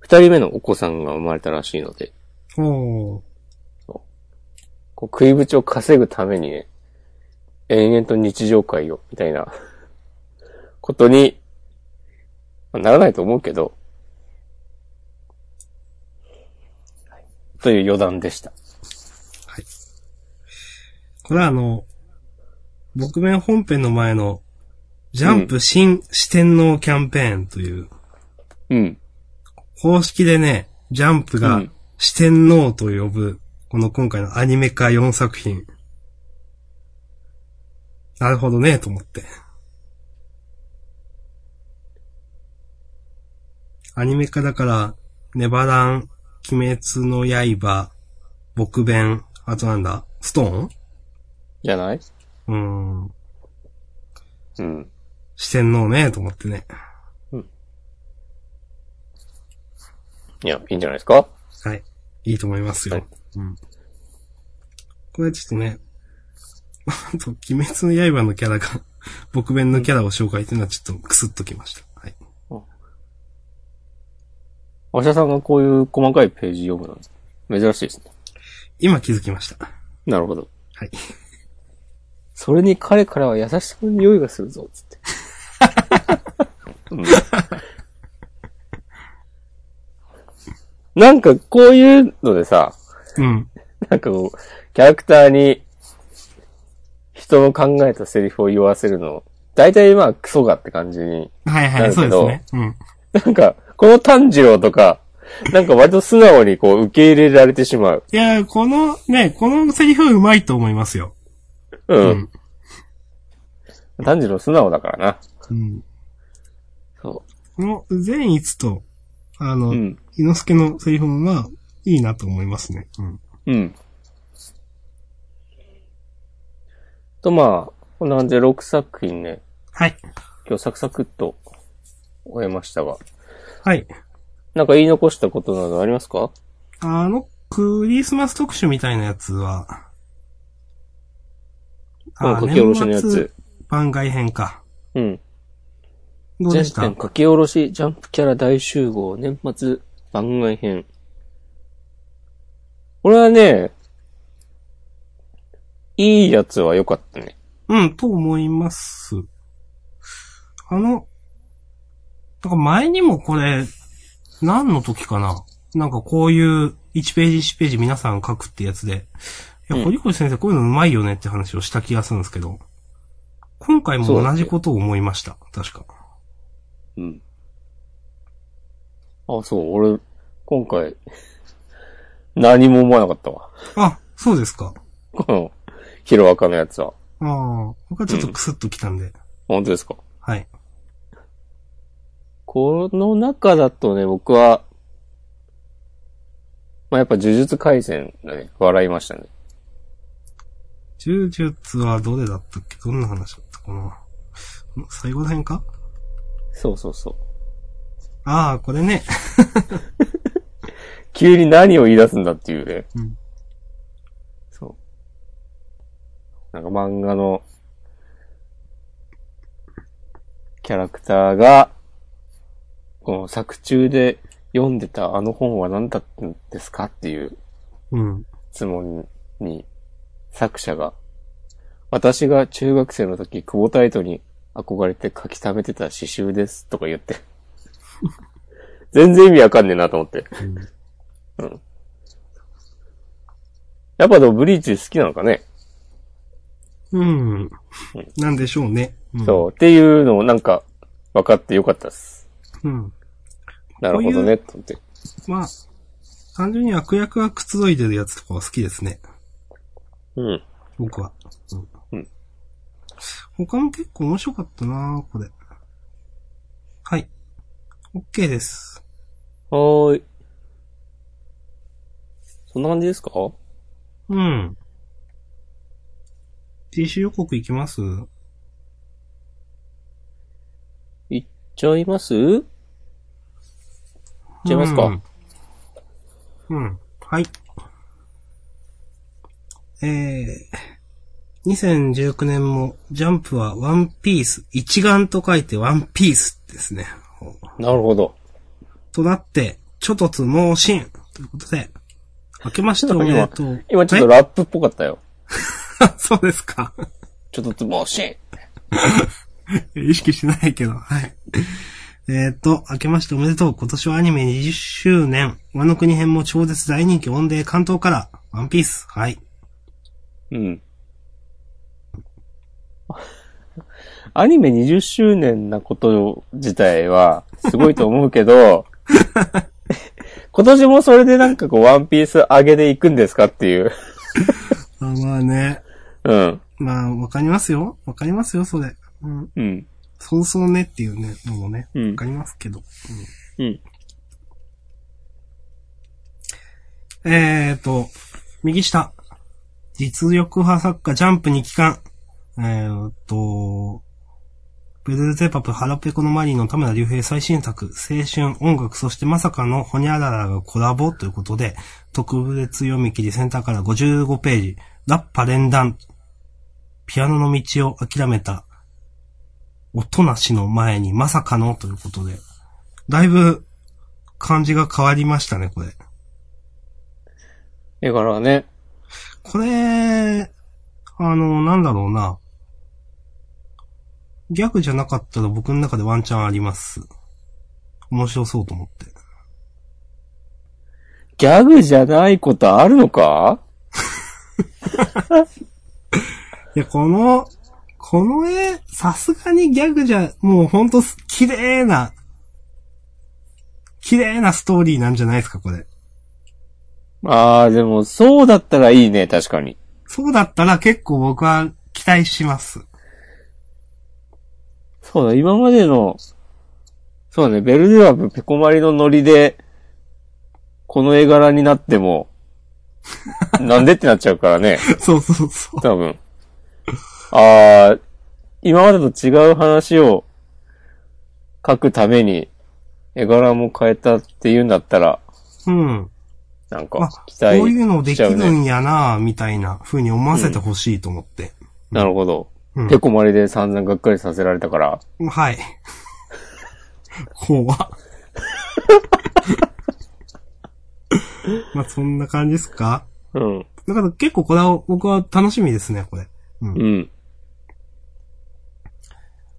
Speaker 1: 二人目のお子さんが生まれたらしいので、
Speaker 2: おー。
Speaker 1: こう食いぶちを稼ぐためにね、延々と日常会を、みたいな、ことに、まあならないと思うけど、はいという余談でした。
Speaker 2: これはあの、僕面本編の前の、ジャンプ新四天王キャンペーンという、
Speaker 1: うん。
Speaker 2: 公式でね、ジャンプ
Speaker 1: う
Speaker 2: が
Speaker 1: ん
Speaker 2: 四天王と呼ぶ、この今回のアニメ化4作品。なるほどね、と思って。アニメ化だから、ネバラン、鬼滅の刃、僕弁、あとなんだ、ストーン
Speaker 1: じゃないう
Speaker 2: ーん。
Speaker 1: うん。
Speaker 2: 四天王ね、と思ってね。
Speaker 1: いや、いいんじゃないですか
Speaker 2: はい。いいと思いますよ。
Speaker 1: はい
Speaker 2: うん。これちょっとね、 あと、鬼滅の刃のキャラが、 僕弁のキャラを紹介っていうのはちょっとクスッときました。はい。
Speaker 1: 明日さんがこういう細かいページ読むの、珍しいですね。
Speaker 2: 今気づきました。
Speaker 1: なるほど。
Speaker 2: はい。
Speaker 1: それに彼からは優しく匂いがするぞ、つって。うん なんかこういうのでさ、
Speaker 2: うん。
Speaker 1: なんかこう、キャラクターに人の考えたセリフを言わせるの、大体まあクソがって感じに
Speaker 2: はい
Speaker 1: な
Speaker 2: はい、
Speaker 1: るけ
Speaker 2: そうです
Speaker 1: ど
Speaker 2: ね。うん。
Speaker 1: なんか、この炭治郎とか、なんか割と素直にこう受け入れられてしまう。
Speaker 2: いやー、このね、このセリフはうまいと思いますよ。
Speaker 1: うん。
Speaker 2: うん
Speaker 1: 炭治郎素直だからな。
Speaker 2: うん。
Speaker 1: そ
Speaker 2: この善逸と、あの、
Speaker 1: う。う
Speaker 2: 伊
Speaker 1: ん。
Speaker 2: 之助のセリフもまあ、いいなと思いますね。うん。
Speaker 1: うん。と、まあ、こんな感じで6作品ね、
Speaker 2: はい。
Speaker 1: 今日サクサクっと終えましたが、
Speaker 2: はい。
Speaker 1: なんか言い残したことなどありますか
Speaker 2: あの、クリスマス特集みたいなやつは、
Speaker 1: この
Speaker 2: ー
Speaker 1: 書き下ろしのや
Speaker 2: 年末
Speaker 1: つ。
Speaker 2: 番外編か。
Speaker 1: うん。
Speaker 2: どうで
Speaker 1: 全
Speaker 2: した
Speaker 1: 編書き下ろし、ジャンプキャラ大集合、年末番外編。これはね、いいやつは良かったね。
Speaker 2: うん、と思います。あの、なんか前にもこれ、何の時かななんかこういう1ページ1ページ皆さん書くってやつで、い
Speaker 1: うん
Speaker 2: や、堀越先生こういうのうまいよねって話をした気がするんですけど、今回も
Speaker 1: そうだ
Speaker 2: 同
Speaker 1: っけ
Speaker 2: じことを思いました。確か。
Speaker 1: うん。あ、そう、俺、今回、 何も思わなかったわ。
Speaker 2: あ、そうですか。
Speaker 1: この、ヒロアカのやつは。
Speaker 2: ああ、僕はちょっとクスッときたんで。
Speaker 1: 本当ですか
Speaker 2: はい。
Speaker 1: この中だとね、僕は、まあ、やっぱ呪術回戦だね。笑いましたね。
Speaker 2: 呪術はどれだったっけどんな話だったかなん最後ら辺か
Speaker 1: そうそうそう。
Speaker 2: ああ、これね。
Speaker 1: 急に何を言い出すんだっていうね。
Speaker 2: うん
Speaker 1: そう。なんか漫画の、キャラクターが、この作中で読んでたあの本は何だったんですかっていう
Speaker 2: うん。
Speaker 1: 質問に、作者が、私が中学生の時、久保タイトに憧れて書き溜めてた詩集ですとか言 って。全然意味わかんねえなと思って。うん。やっぱでもブリーチ好きなのかね、
Speaker 2: うん。なんでしょうね。うん、
Speaker 1: そう。っていうのをなんか分かってよかったです。
Speaker 2: う。うん。
Speaker 1: なるほどね、と思って。
Speaker 2: まあ、単純に悪役がくつろいでるやつとかは好きですね。
Speaker 1: うん。
Speaker 2: 僕は。う
Speaker 1: う
Speaker 2: ん。
Speaker 1: ん
Speaker 2: 他も結構面白かったなこれ。はい。OK です。
Speaker 1: はーい。そんな感じですか
Speaker 2: うん。DC 予告いきます
Speaker 1: いっちゃいますいっちゃいますか、
Speaker 2: うん。うん。はい。えー、2019年もジャンプはワンピース、一眼と書いてワンピースですね。
Speaker 1: なるほど。。
Speaker 2: となって、ちょっとつもうしんということで、明けましておめでとう
Speaker 1: 今ちょっとラップっぽかったよ。
Speaker 2: と。 そうですか。
Speaker 1: ちょっとつぼしん
Speaker 2: 意識しないけど、はい。えっと、明けましておめでとう。今年はアニメ20周年。ワノ国編も超絶大人気オンデー関東から、ワンピース。はい。
Speaker 1: うん。アニメ20周年なこと自体はすごいと思うけど、今年もそれでなんかこうワンピース上げでいくんですかっていう。
Speaker 2: あまあね。
Speaker 1: うん。
Speaker 2: まあ、わかりますよ。わかりますよ、それ。うん。
Speaker 1: うん。
Speaker 2: そうそうねっていうね、のもね。
Speaker 1: うん
Speaker 2: わかりますけど。
Speaker 1: うん。
Speaker 2: えっと、右下。実力派作家ジャンプに帰還。えーっと、ブルーゼパプ腹ペコのマリーの田村隆平最新作、青春、音楽、そしてまさかのホニャララがコラボということで、特別読み切りセンターから55ページ、ラッパ連弾、ピアノの道を諦めた、音なしの前にまさかのということで、だいぶ感じが変わりましたね、これ。
Speaker 1: だからね、
Speaker 2: これ、あの、なんだろうな。ギャグじゃなかったら僕の中でワンチャンあります。面白そうと思って。
Speaker 1: ギャグじゃないことあるのか
Speaker 2: いや、この、この絵、さすがにギャグじゃ、もうほんとす、綺麗な、綺麗なストーリーなんじゃないですか、これ。
Speaker 1: ああ、でもそうだったらいいね、確かに。
Speaker 2: そうだったら結構僕は期待します。
Speaker 1: そうだ、今までの、そうだね、ベルデュアブペコマリのノリで、この絵柄になって も、なんでってなっちゃうからね、
Speaker 2: そうそうそう。
Speaker 1: 多分。ああ、今までと違う話を書くために、絵柄も変えたっていうんだったら、
Speaker 2: うん。
Speaker 1: なん
Speaker 2: まあ
Speaker 1: か、期
Speaker 2: こう
Speaker 1: 待
Speaker 2: いうので
Speaker 1: し
Speaker 2: き
Speaker 1: ちゃう
Speaker 2: る
Speaker 1: ね。
Speaker 2: んやなぁみたいな風に思わせてほしいと思って。
Speaker 1: なるほど。
Speaker 2: うん
Speaker 1: ペコマリで散々がっかりさせられたから、
Speaker 2: はい。 怖っ。 まあ、そんな感じですか
Speaker 1: うん、
Speaker 2: だから結構これは僕は楽しみですね、これ。う
Speaker 1: う
Speaker 2: ん
Speaker 1: ん、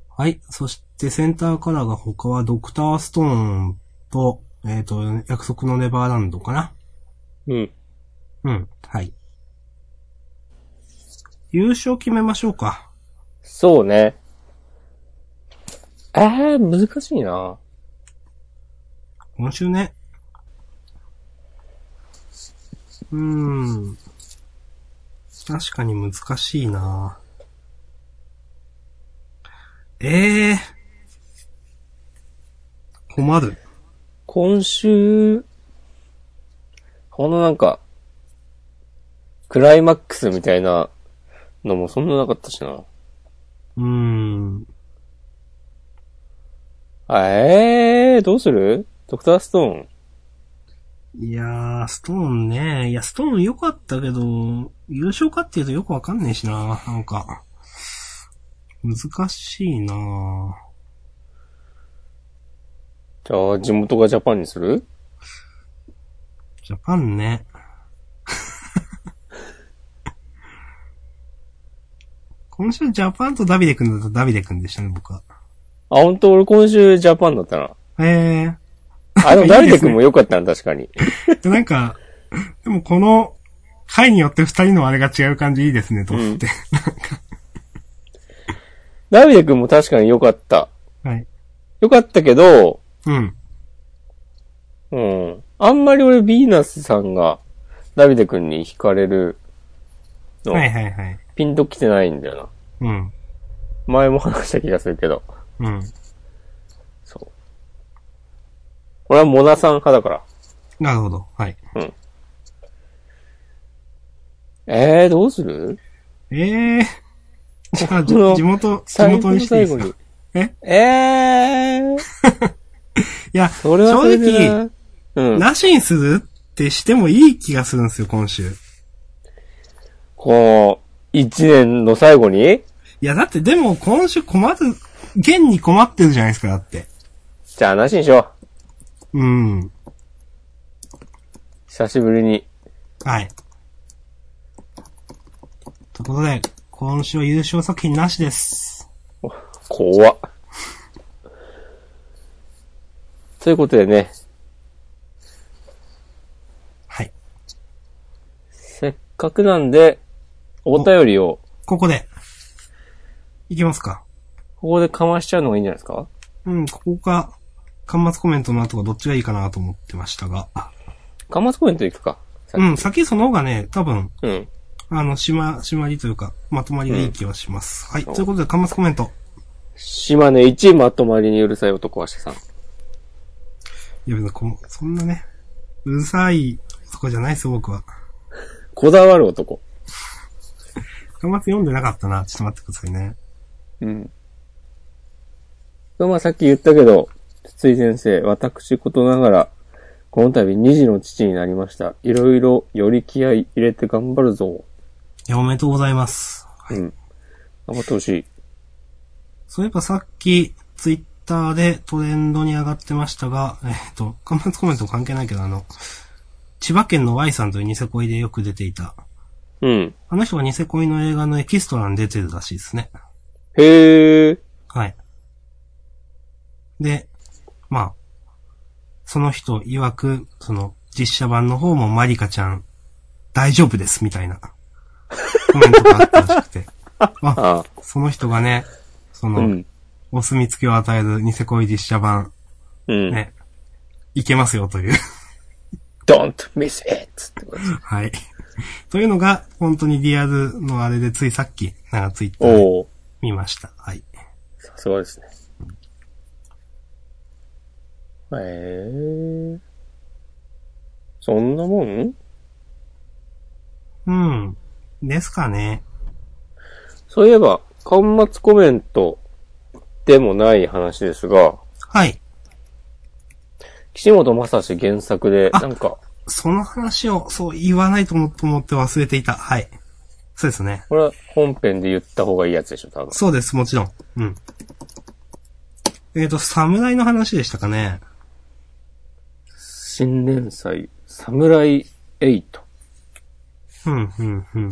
Speaker 2: はい。そしてセンターカラーが他はドクターストーンと、えっ、と、約束のネバーランドかな。
Speaker 1: うん。
Speaker 2: うん。はい。優勝決めましょうか。
Speaker 1: そうね。えー、難しいな。
Speaker 2: 今週ね。うーん。確かに難しいなええ困る。
Speaker 1: 今週、このなんか、クライマックスみたいなのもそんななかったしな。
Speaker 2: うーん。
Speaker 1: あえー、どうするドクターストーン。
Speaker 2: いやー、ストーンね。いや、ストーン良かったけど、優勝かっていうとよくわかんねえしな。なんか、難しいな
Speaker 1: じゃあ、地元がジャパンにする
Speaker 2: ジャパンね。 今週ジャパンとダビデ君だったらダビデ君でしたね、僕は。
Speaker 1: あ、本当俺今週ジャパンだったな。
Speaker 2: え
Speaker 1: あ、でも
Speaker 2: いいです
Speaker 1: ダ
Speaker 2: ね
Speaker 1: ビデ君も良かったな、確かに。
Speaker 2: ー、でなんか、でもこの、回によって二人のあれが違う感じいいですね、と思って。
Speaker 1: ダビデ君も確かに良かった。
Speaker 2: はい。
Speaker 1: 良かったけど、
Speaker 2: うん。
Speaker 1: うん。あんまり俺、ヴィーナスさんが、ダビデ君に惹かれるの、
Speaker 2: はいはいはい。
Speaker 1: ピンと来てないんだよな。
Speaker 2: うん。
Speaker 1: 前も話した気がするけど。
Speaker 2: うん。
Speaker 1: そう。俺はモナさん派だから。
Speaker 2: なるほど。はい。
Speaker 1: えー、どうする
Speaker 2: ええー。じゃあ、じ
Speaker 1: この
Speaker 2: 地元、地元にしていいです
Speaker 1: 最後の最後
Speaker 2: かえ
Speaker 1: にえー、
Speaker 2: いや、
Speaker 1: それはそれで
Speaker 2: 正
Speaker 1: なうん。
Speaker 2: なしにするってしてもいい気がするんですよ、今週。
Speaker 1: こう、一年の最後に
Speaker 2: いや、だってでも今週困る、現に困ってるじゃないですか、だって。
Speaker 1: じゃあ話にしよう。
Speaker 2: うん。
Speaker 1: 久しぶりに。
Speaker 2: はい。ということで、今週は優勝作品なしです。
Speaker 1: 怖っ。ということでね、
Speaker 2: はい。
Speaker 1: せっかくなんで、お便りを、
Speaker 2: ここで、いきますか。
Speaker 1: ここでかましちゃうのがいいんじゃないですか
Speaker 2: うん、ここか、端末コメントの後がどっちがいいかなと思ってましたが。
Speaker 1: かまスコメントいくか。さっ
Speaker 2: うん、先その方がね、多分、
Speaker 1: きうん。
Speaker 2: あの、しま、しまりというか、まとまりがいい気はします。はい。ということで、端末コメント。
Speaker 1: 島根一まとまりにうるさい男はしさん。
Speaker 2: いや、別にこうそんなね、うるさい男じゃないですよ、僕は。
Speaker 1: こだわる男。
Speaker 2: 端末読んでなかったな。ちょっと待ってくださいね。
Speaker 1: うん。まあさっき言ったけど、筒井先生、私ことながら、この度二児の父になりました。いろいろより気合い入れて頑張るぞ。
Speaker 2: いや、おめでとうございます。はい。
Speaker 1: うん。頑張ってほしい。
Speaker 2: そういえばさっき、ツイッターでトレンドに上がってましたが、えっ、と、端末コメント関係ないけど、あの、千葉県の Y さんというニセ恋でよく出ていた。
Speaker 1: うん。
Speaker 2: あの人がニセ恋の映画のエキストラに出てるらしいですね。
Speaker 1: へえ。
Speaker 2: はい。で、まあ、その人曰く、その、実写版の方もマリカちゃん、大丈夫です、みたいな、コメントがあったらしくて。あ、
Speaker 1: あ
Speaker 2: その人がね、そ
Speaker 1: あ。う
Speaker 2: の、
Speaker 1: ん。
Speaker 2: お墨付きを与えるニセ恋実写版、
Speaker 1: うん。
Speaker 2: ね、いけますよという。
Speaker 1: Don't miss it! ってことです
Speaker 2: はい。というのが、本当にリアルのあれでついさっき、なんかツイッターで
Speaker 1: おお
Speaker 2: 見ました。はい。
Speaker 1: さすがですね。へえ。そんなもん
Speaker 2: うん。ですかね。
Speaker 1: そういえば、端末コメントでもない話ですが、
Speaker 2: はい。
Speaker 1: 岸本正史原作で、なんか、
Speaker 2: その話を、そう言わないと思思って忘れていた。はい。そうですね。
Speaker 1: これは本編で言った方がいいやつでしょ、多分。
Speaker 2: そうです、もちろん。うん。えっ、と、侍の話でしたかね。
Speaker 1: 新年祭、サムライ8。
Speaker 2: うん、うん、うん。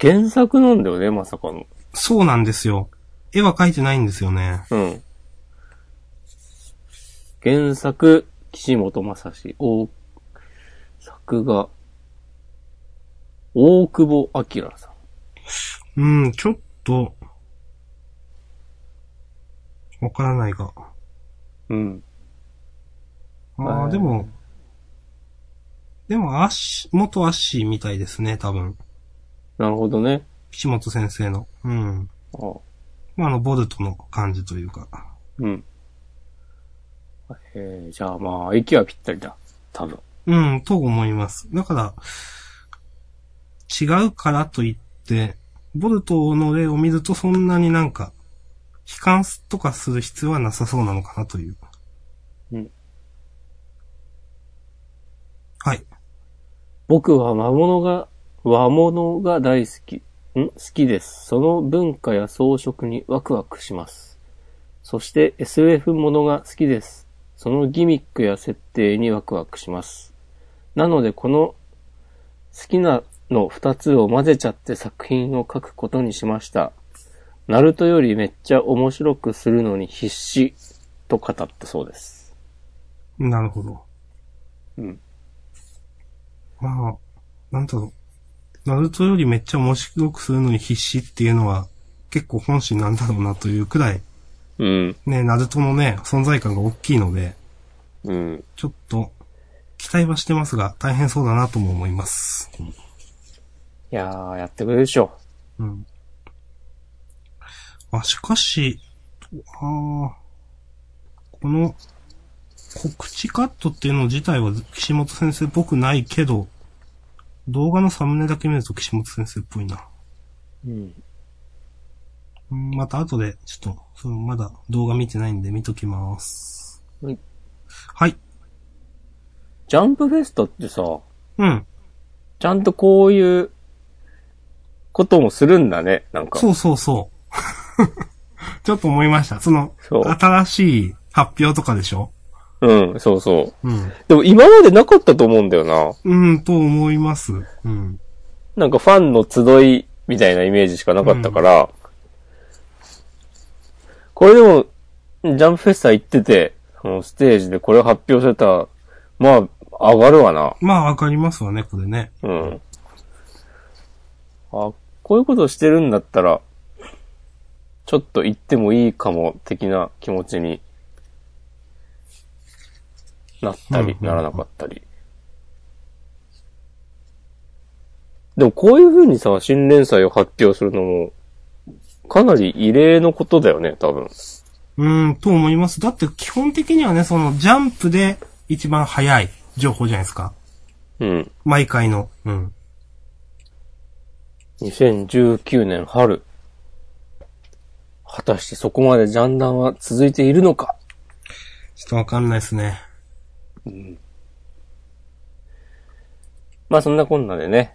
Speaker 1: 原作なんだよね、まさかの。
Speaker 2: そうなんですよ。絵は描いてないんですよね。
Speaker 1: うん。原作、岸本正史、大、作画、大久保明さん。
Speaker 2: うん、ちょっと、わからないが。
Speaker 1: うん。
Speaker 2: あ
Speaker 1: は
Speaker 2: あ、
Speaker 1: い
Speaker 2: でも、でも、アッシー、元アッシーみたいですね、多分。
Speaker 1: なるほどね。
Speaker 2: 岸本先生の。うん。
Speaker 1: ああ
Speaker 2: まあ、あの、ボルトの感じというか。
Speaker 1: うん。えー、じゃあまあ、息はぴったりだ。多分。
Speaker 2: うん、と思います。だから、違うからといって、ボルトの例を見るとそんなになんか、悲観とかする必要はなさそうなのかなという。
Speaker 1: うん。
Speaker 2: はい。
Speaker 1: 僕は魔物が、和物が大好き。ん好きです。その文化や装飾にワクワクします。そして SF ものが好きです。そのギミックや設定にワクワクします。なのでこの好きなの二つを混ぜちゃって作品を書くことにしました。ナルトよりめっちゃ面白くするのに必死と語ったそうです。
Speaker 2: なるほど。
Speaker 1: うん。
Speaker 2: まあ、なんだろう。ナルトよりめっちゃ面白くするのに必死っていうのは、結構本心なんだろうなというくらい、
Speaker 1: うん。
Speaker 2: ね、ナルトのね、存在感が大きいので、
Speaker 1: うん。
Speaker 2: ちょっと、期待はしてますが、大変そうだなとも思います。
Speaker 1: いやー、やってくれるでしょ。
Speaker 2: うん。あ、しかし、あーこの、告知カットっていうの自体は岸本先生っぽくないけど、動画のサムネだけ見ると岸本先生っぽいな。
Speaker 1: うん。
Speaker 2: うんまた後で、ちょっと、そのまだ動画見てないんで見ときます。
Speaker 1: はい。
Speaker 2: はい。
Speaker 1: ジャンプフェストってさ、
Speaker 2: うん。
Speaker 1: ちゃんとこういうこともするんだね、なんか。
Speaker 2: そうそうそう。 ちょっと思いました。その、
Speaker 1: そう
Speaker 2: 新しい発表とかでしょ
Speaker 1: うん、そうそう。
Speaker 2: うん。
Speaker 1: でも今までなかったと思うんだよな。
Speaker 2: うん、と思います。うん。
Speaker 1: なんかファンの集いみたいなイメージしかなかったから、これでも、ジャンプフェスタ行ってて、そのステージでこれを発表されたら、まあ、上がるわな。
Speaker 2: まあ、わかりますわね、これね。
Speaker 1: うん。あ、こういうことしてるんだったら、ちょっと行ってもいいかも、的な気持ちになった
Speaker 2: うんうん
Speaker 1: り
Speaker 2: う、ん
Speaker 1: ならなかったり。でもこういう風にさ、新連載を発表するのも、かなり異例のことだよね、多分。
Speaker 2: うーん、と思います。だって、基本的にはね、その、ジャンプで一番早い情報じゃないですか。
Speaker 1: うん。
Speaker 2: 毎回の。うん。
Speaker 1: 2019年春。果たしてそこまでジャンダンは続いているのか
Speaker 2: ちょっとわかんないですね。
Speaker 1: まあそんなこんなで ね。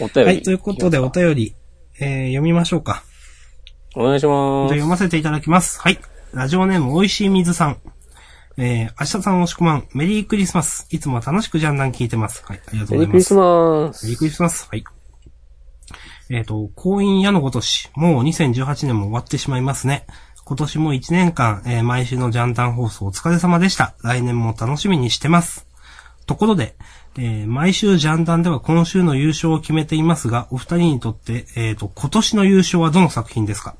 Speaker 1: お便り。
Speaker 2: はい、ということで、お便り、えー、読みましょうか。
Speaker 1: お願いし
Speaker 2: じゃあ
Speaker 1: ます。
Speaker 2: 読ませていただきます。はい。ラジオネーム、おいしい水さん。えー、明日さんおしこまん、メリークリスマス。いつも楽しくジャンダン聞いてます。はい、ありがとう
Speaker 1: メ
Speaker 2: ご
Speaker 1: リ
Speaker 2: ざ
Speaker 1: ーク
Speaker 2: いま
Speaker 1: リス
Speaker 2: す。
Speaker 1: マ
Speaker 2: メ
Speaker 1: ス。
Speaker 2: リークリスマス。はい。えっ、と、婚姻矢のごとし、もう2018年も終わってしまいますね。今年も1年間、えー毎週のジャンダン放送お疲れ様でした。来年も楽しみにしてます。ところで、えー毎週ジャンダンでは今週の優勝を決めていますが、お二人にとって、えっ、と、今年の優勝はどの作品ですか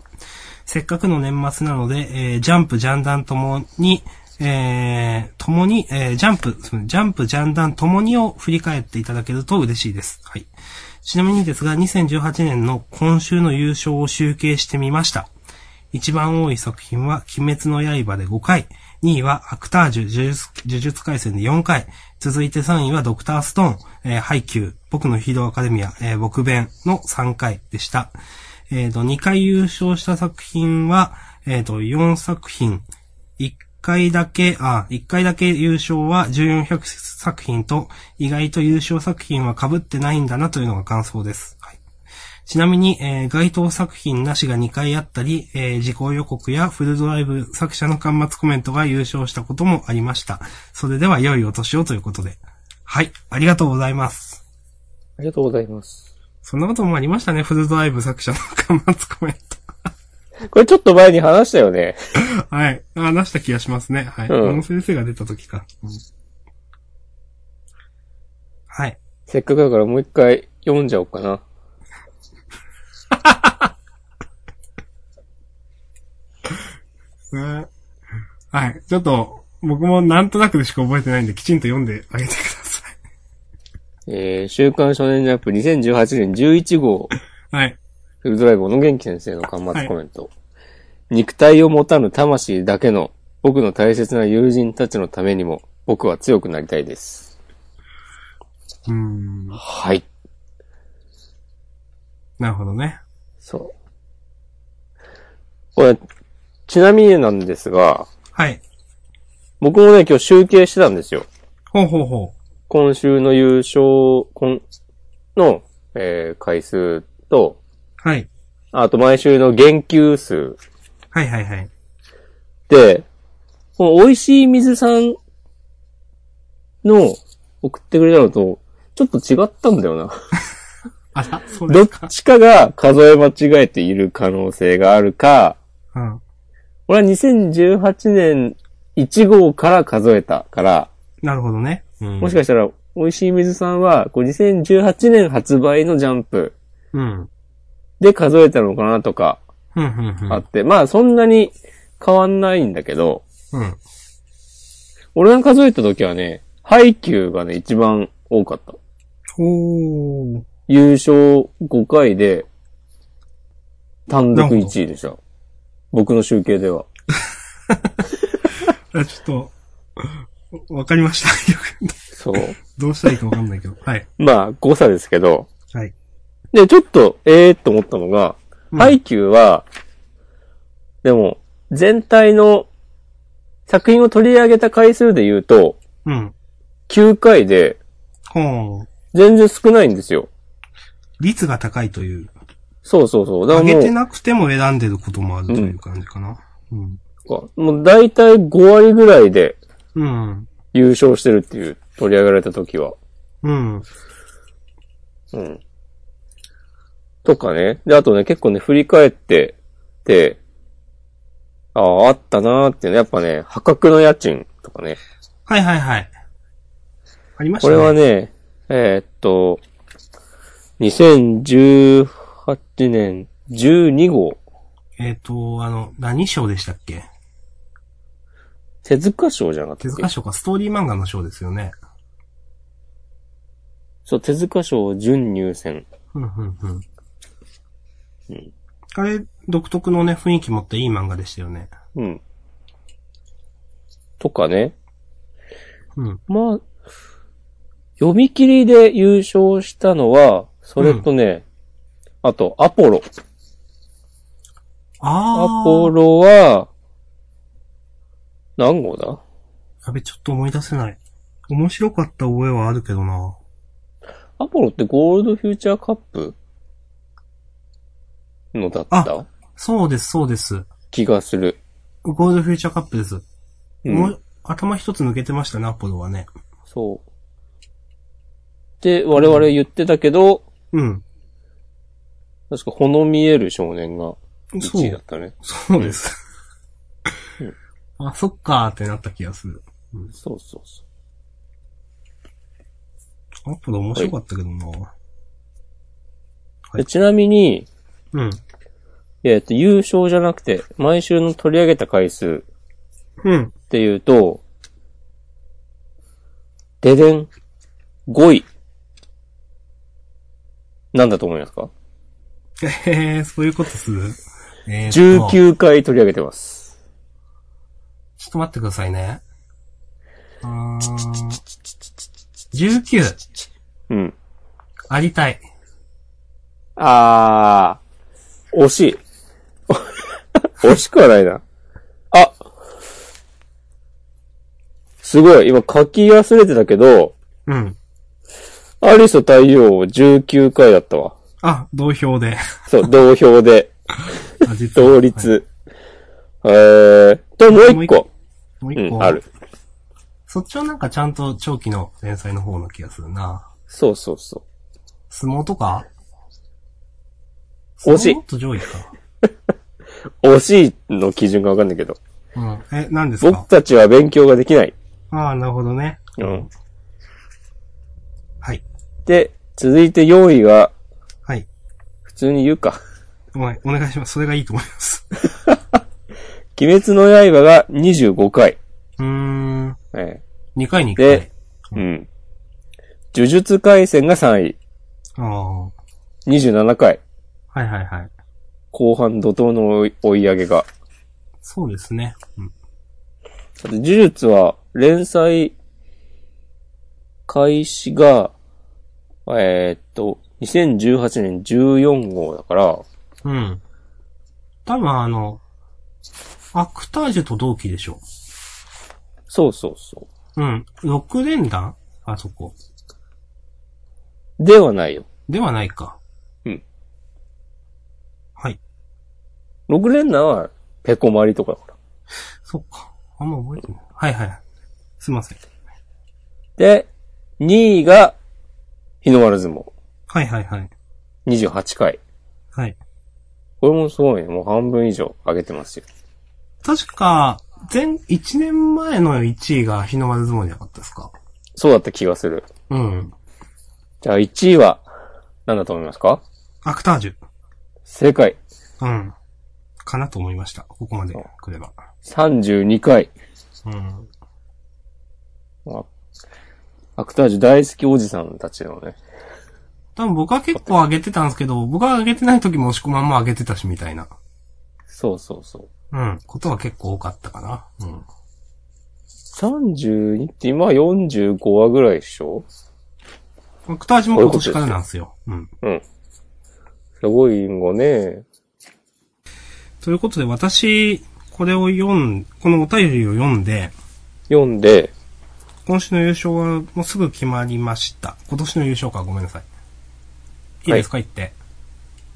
Speaker 2: せっかくの年末なので、えージャンプ、ジャンダンともに、えー、ともに、えージャンプ、すみませんジャンプ、ジャンダンともにを振り返っていただけると嬉しいです。はい。ちなみにですが、2018年の今週の優勝を集計してみました。一番多い作品は、鬼滅の刃で5回、2位はアクタージュ、呪術呪術回戦で4回、続いて3位はドクターストーン、えーハイキュー、僕のヒーローアカデミア、えー僕弁の3回でした。えっ、と、2回優勝した作品は、えっ、と、4作品、1回だけ、あ、1回だけ優勝は1400作品と、意外と優勝作品は被ってないんだなというのが感想です。はいちなみに、えー該当作品なしが2回あったり、えー、時効予告やフルドライブ作者の端末コメントが優勝したこともありました。それでは良いお年をということで。はい、ありがとうございます。
Speaker 1: ありがとうございます。
Speaker 2: そんなこともありましたね、フルドライブ作者の端末コメン
Speaker 1: これちょっと前に話したよね。
Speaker 2: ト。 はい、あ出した気がしますね。はい。
Speaker 1: うん
Speaker 2: 小野先生が出た時か。うんはい。
Speaker 1: せっかくだからもう一回読んじゃおうかな。
Speaker 2: ねはい。ちょっと、僕もなんとなくでしか覚えてないんで、きちんと読んであげてください。
Speaker 1: えー、週刊少年ジャンプ2018年11号、
Speaker 2: はい。
Speaker 1: フルドライブ小野元気先生の端末コメント。肉体を持たぬ魂だけの僕の大切な友人たちのためにも僕は強くなりたいです。
Speaker 2: うーん。
Speaker 1: はい。
Speaker 2: なるほどね。
Speaker 1: そう。これ、ちなみになんですが、
Speaker 2: はい。
Speaker 1: 僕もね、今日集計してたんですよ。
Speaker 2: ほうほうほ
Speaker 1: 今週の優勝、こんの、えー回数と、
Speaker 2: う。はい。
Speaker 1: あと毎週の言及数
Speaker 2: はいはいはい。
Speaker 1: で、この美味しい水さんの送ってくれたのと、ちょっと違ったんだよな。
Speaker 2: あら、そうで
Speaker 1: どっ
Speaker 2: すか。
Speaker 1: ちかが数え間違えている可能性があるか、
Speaker 2: うん。
Speaker 1: 俺は2018年1号から数えたから、
Speaker 2: なるほどね。うん。
Speaker 1: もしかしたら、美味しい水さんは、こう2018年発売のジャンプ
Speaker 2: うん。
Speaker 1: で数えたのかなとか
Speaker 2: うん、うん、うん。
Speaker 1: あって、まあそんなに変わんないんだけど、
Speaker 2: うん。
Speaker 1: 俺が数えた時はね、ハイキューがね、一番多かった。
Speaker 2: おー。
Speaker 1: 優勝5回で、単独1位でした。僕の集計では。
Speaker 2: あちょっと、 わかりました。よ く
Speaker 1: そう。
Speaker 2: どうしたらいいかわかんないけど。はい。
Speaker 1: まあ、誤差ですけど。
Speaker 2: はい。
Speaker 1: で、ちょっと、ええー、と思ったのが、
Speaker 2: うん
Speaker 1: ハイキューは、でも、全体の作品を取り上げた回数で言うと、
Speaker 2: うん。
Speaker 1: 9回で、
Speaker 2: ほー。
Speaker 1: 全然少ないんですよ。
Speaker 2: 率が高いという。
Speaker 1: そうそうそう。だ
Speaker 2: 上
Speaker 1: から
Speaker 2: げ
Speaker 1: も
Speaker 2: てなくても選んでることもあるという感じかな。うん。
Speaker 1: う、もう大体5割ぐらいで
Speaker 2: うん。
Speaker 1: 優勝してるっていう、取り上げられた時は。
Speaker 2: うん。
Speaker 1: うん。とかね。で、あとね、結構ね、振り返ってて、ああ、あったなーってね、やっぱね、破格の家賃とかね。
Speaker 2: はいはいはい。ありました
Speaker 1: こ
Speaker 2: ね。
Speaker 1: れはね、えーっと、2018年12号、
Speaker 2: えっ、と、あの、何賞でしたっけ
Speaker 1: 手塚賞じゃなかった
Speaker 2: 手
Speaker 1: っけ
Speaker 2: 塚賞か、ストーリー漫画の賞ですよね。
Speaker 1: そう、手塚賞準入選。
Speaker 2: うん、うん、うん
Speaker 1: ん。
Speaker 2: あれ、独特のね、雰囲気持っていい漫画でしたよね。
Speaker 1: うん。とかね。
Speaker 2: うん。
Speaker 1: まあ、読み切りで優勝したのは、それとね、あと、アポロ。
Speaker 2: あー。
Speaker 1: アポロは、何号だ
Speaker 2: やべ、ちょっと思い出せない。面白かった覚えはあるけどな。
Speaker 1: アポロってゴールドフューチャーカップのだった
Speaker 2: あそうです、そうです。
Speaker 1: 気がする。
Speaker 2: ゴールドフューチャーカップです。
Speaker 1: うん
Speaker 2: もう頭一つ抜けてましたね、アポロはね。
Speaker 1: そう。って我々言ってたけど、
Speaker 2: うん。
Speaker 1: 確か、ほの見える少年が
Speaker 2: そ
Speaker 1: 1位だ
Speaker 2: う
Speaker 1: っ。たね。
Speaker 2: そうです。 あ、そっかーってなった気がする。
Speaker 1: そうそうそう。
Speaker 2: アポロ面白かったけどな。はい
Speaker 1: でちなみに、
Speaker 2: うん。
Speaker 1: えっと、優勝じゃなくて、毎週の取り上げた回数
Speaker 2: うん。
Speaker 1: っていうと、ででん、5位。なんだと思いますか
Speaker 2: へー、そういうことするえーっと。
Speaker 1: 19回取り上げてます。
Speaker 2: ちょっと待ってくださいね。うーん。19。
Speaker 1: うん。
Speaker 2: ありたい。
Speaker 1: あー、惜しい。惜しくはないな。あすごい、今書き忘れてたけど、
Speaker 2: うん。
Speaker 1: アリスと太陽19回だったわ。
Speaker 2: あ、同 票で。
Speaker 1: そう、同票で、
Speaker 2: あ実は
Speaker 1: 同率。えー、と、もう一個。
Speaker 2: もう
Speaker 1: う
Speaker 2: 一個、
Speaker 1: ん、ある。
Speaker 2: そっちはなんかちゃんと長期の連載の方の気がするな。
Speaker 1: そうそうそ
Speaker 2: 相撲とか
Speaker 1: 惜しい
Speaker 2: 相撲と上位か。
Speaker 1: う。惜しいの基準がわかんないけど。
Speaker 2: うん。え、何です
Speaker 1: 僕
Speaker 2: か
Speaker 1: たちは勉強ができない。
Speaker 2: ああ、なるほどね。
Speaker 1: うん。
Speaker 2: はい。
Speaker 1: で、続いて4位が、
Speaker 2: はい。
Speaker 1: 普通に言うか。
Speaker 2: お前、お願いします。それがいいと思います。
Speaker 1: 鬼滅の刃が25回。
Speaker 2: うーん。
Speaker 1: え
Speaker 2: 2回に1回
Speaker 1: で。えうん。呪術回戦が3位。
Speaker 2: ああ。は
Speaker 1: 27回。
Speaker 2: いはいはい。
Speaker 1: 後半怒涛の追い追い上げが。
Speaker 2: そうですね。うん。
Speaker 1: さて、呪術は連載開始が、えーっと、2018年14号だから、
Speaker 2: うん。多分あの、アクタージュと同期でしょ。
Speaker 1: そうそうそ
Speaker 2: うん。6連弾あそこ。
Speaker 1: う。ではないよ。
Speaker 2: ではないか。
Speaker 1: うん。
Speaker 2: はい。
Speaker 1: 6連弾は、ペコマリとかだから。
Speaker 2: そっか。あんま覚えてない。はいはい。すいません。
Speaker 1: で、2位が、日の丸相撲。
Speaker 2: はいはいはい。
Speaker 1: 28回。
Speaker 2: はい。
Speaker 1: これもすごいね。もう半分以上上げてますよ。
Speaker 2: 確か、前、1年前の1位が日の丸相撲じゃなかったですか
Speaker 1: そうだった気がする。
Speaker 2: うん。
Speaker 1: じゃあ1位は、何だと思いますか
Speaker 2: アクタージュ。
Speaker 1: 正解。
Speaker 2: うん。かなと思いました。ここまで来れば。
Speaker 1: 32回。
Speaker 2: うん。
Speaker 1: あアクタージュ大好きおじさんたちのね。
Speaker 2: 多分僕は結構上げてたんですけど、僕は上げてない時も押し込まんも上げてたしみたいな。
Speaker 1: そうそうそう。
Speaker 2: うん。ことは結構多かったかな。うん。
Speaker 1: 32って今45話ぐらいでしょ
Speaker 2: アクタージュも今年からなんですよ。うん。
Speaker 1: うん。すごいんごね。
Speaker 2: ということで私、これを読ん、このお便りを読んで、
Speaker 1: 読んで、
Speaker 2: 今週の優勝はもうすぐ決まりました。今年の優勝か、ごめんなさい。いいですか、言って。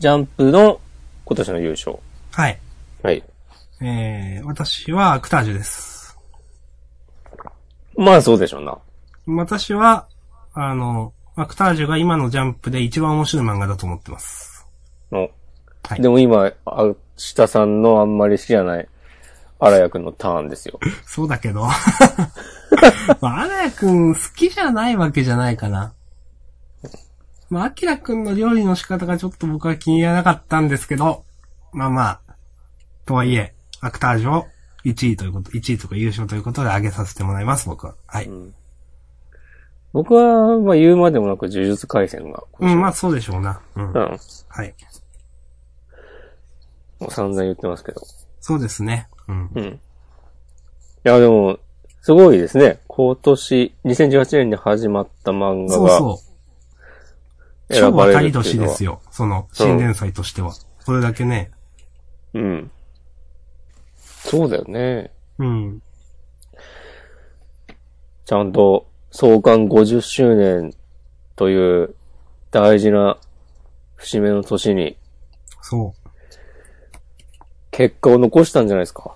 Speaker 1: ジャンプの今年の優勝。
Speaker 2: はい。
Speaker 1: はい。
Speaker 2: えー、私はアクタージュです。
Speaker 1: まあそうでしょうな。
Speaker 2: 私は、あの、アクタージュが今のジャンプで一番面白い漫画だと思ってます。
Speaker 1: の
Speaker 2: はい
Speaker 1: でも今、あ下さんのあんまり知らない荒谷くんのターンですよ。
Speaker 2: そうだけど。 まあ、アラヤくん好きじゃないわけじゃないかな。まあ、アキラくんの料理の仕方がちょっと僕は気に入らなかったんですけど、まあまあ、とはいえ、アクタージュを1位ということ、1位とか優勝ということで上げさせてもらいます、僕は。はい。
Speaker 1: 僕は、まあ言うまでもなく呪術回戦が
Speaker 2: う
Speaker 1: 今
Speaker 2: ん、
Speaker 1: 年
Speaker 2: まあそうでしょうな。うん。
Speaker 1: う
Speaker 2: は
Speaker 1: ん。も
Speaker 2: い。
Speaker 1: う散々言ってますけど。
Speaker 2: そうですね。うん。
Speaker 1: うん。いや、でも、すごいですね。今年、2018年に始まった漫画
Speaker 2: そう
Speaker 1: が
Speaker 2: そう。超
Speaker 1: 選ば
Speaker 2: 当た
Speaker 1: れ
Speaker 2: り
Speaker 1: るっていう
Speaker 2: 年
Speaker 1: の
Speaker 2: で
Speaker 1: は。
Speaker 2: すよ。その、新連載としては。それだけね。
Speaker 1: うん。そうだよね。
Speaker 2: うん。
Speaker 1: ちゃんと創刊50周年という大事な節目の年に
Speaker 2: そう。
Speaker 1: 結果を残したんじゃないですか。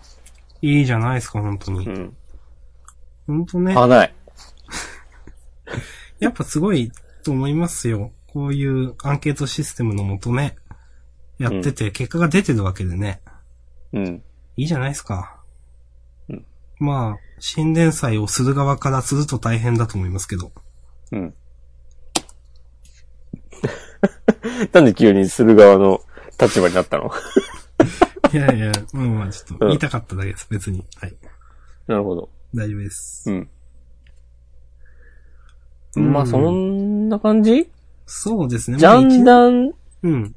Speaker 2: いいじゃないですか、本当
Speaker 1: う
Speaker 2: に。
Speaker 1: ん。
Speaker 2: 本当ね。
Speaker 1: 花い。
Speaker 2: やっぱすごいと思いますよ。こういうアンケートシステムのもとね、やってて、結果が出てるわけでね、
Speaker 1: うん。
Speaker 2: いいじゃないですか。
Speaker 1: うん
Speaker 2: まあ、新連載をする側からすると大変だと思いますけど。
Speaker 1: うん。 なんで急にする側の立場になったの
Speaker 2: いやいや、うん、まあちょっと言いたかっただけです、別に。はい。
Speaker 1: なるほど。
Speaker 2: 大丈夫です。
Speaker 1: うん。
Speaker 2: うん
Speaker 1: まあ、そんな感じ
Speaker 2: そうですね。
Speaker 1: ジ
Speaker 2: まあ
Speaker 1: ャンダン、
Speaker 2: 一年うん。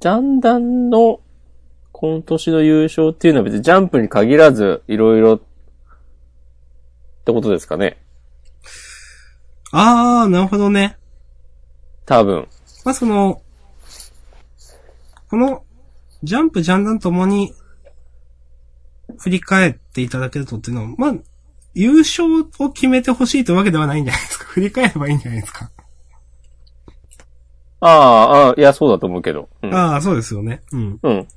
Speaker 1: ジャンダンの今年の優勝っていうのは別にジャンプに限らず、いろいろってことですかね。
Speaker 2: あー、なるほどね。
Speaker 1: 多分。
Speaker 2: まあその、この、ジャンプ、ジャンダンともに、振り返っていただけるとっていうのは、まあ、優勝を決めてほしいというわけではないんじゃないですか。 振り返ればいいんじゃないですか。
Speaker 1: ああ、ああ、いや、そうだと思うけど。うん。
Speaker 2: ああ、そうですよね。うん。
Speaker 1: うん。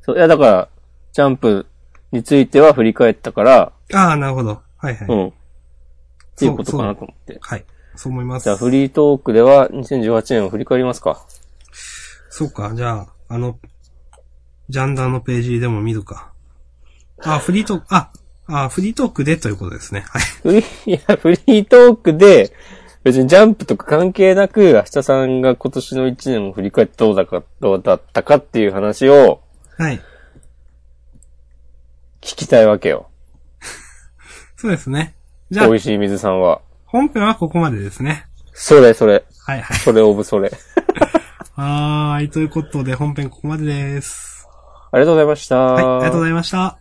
Speaker 1: そう、いや、だから、ジャンプについては振り返ったから、
Speaker 2: ああ、なるほど。はいはい。
Speaker 1: うん。っていうことか
Speaker 2: そ
Speaker 1: な
Speaker 2: う
Speaker 1: と思って。
Speaker 2: はい。そう思います。
Speaker 1: じゃあ、フリートークでは2018年を振り返りますか。
Speaker 2: そうか、じゃあ、あの、ジャンダンのページでも見るか。あ、フリートーク、あ、あ、フリートークでということですね。はい。
Speaker 1: フリー、いや、フリートークで、別にジャンプとか関係なく、明日さんが今年の1年を振り返ってどうだか、どうだったかっていう話を
Speaker 2: はい。
Speaker 1: 聞きたいわけよ。
Speaker 2: そうですね。じゃあ
Speaker 1: 美、味しい水さんは。
Speaker 2: 本編はここまでですね。
Speaker 1: それ、それ。
Speaker 2: はいはい。
Speaker 1: それオブそれ。
Speaker 2: はーい。ということで、本編ここまでです。
Speaker 1: ありがとうございました。
Speaker 2: はい、ありがとうございました。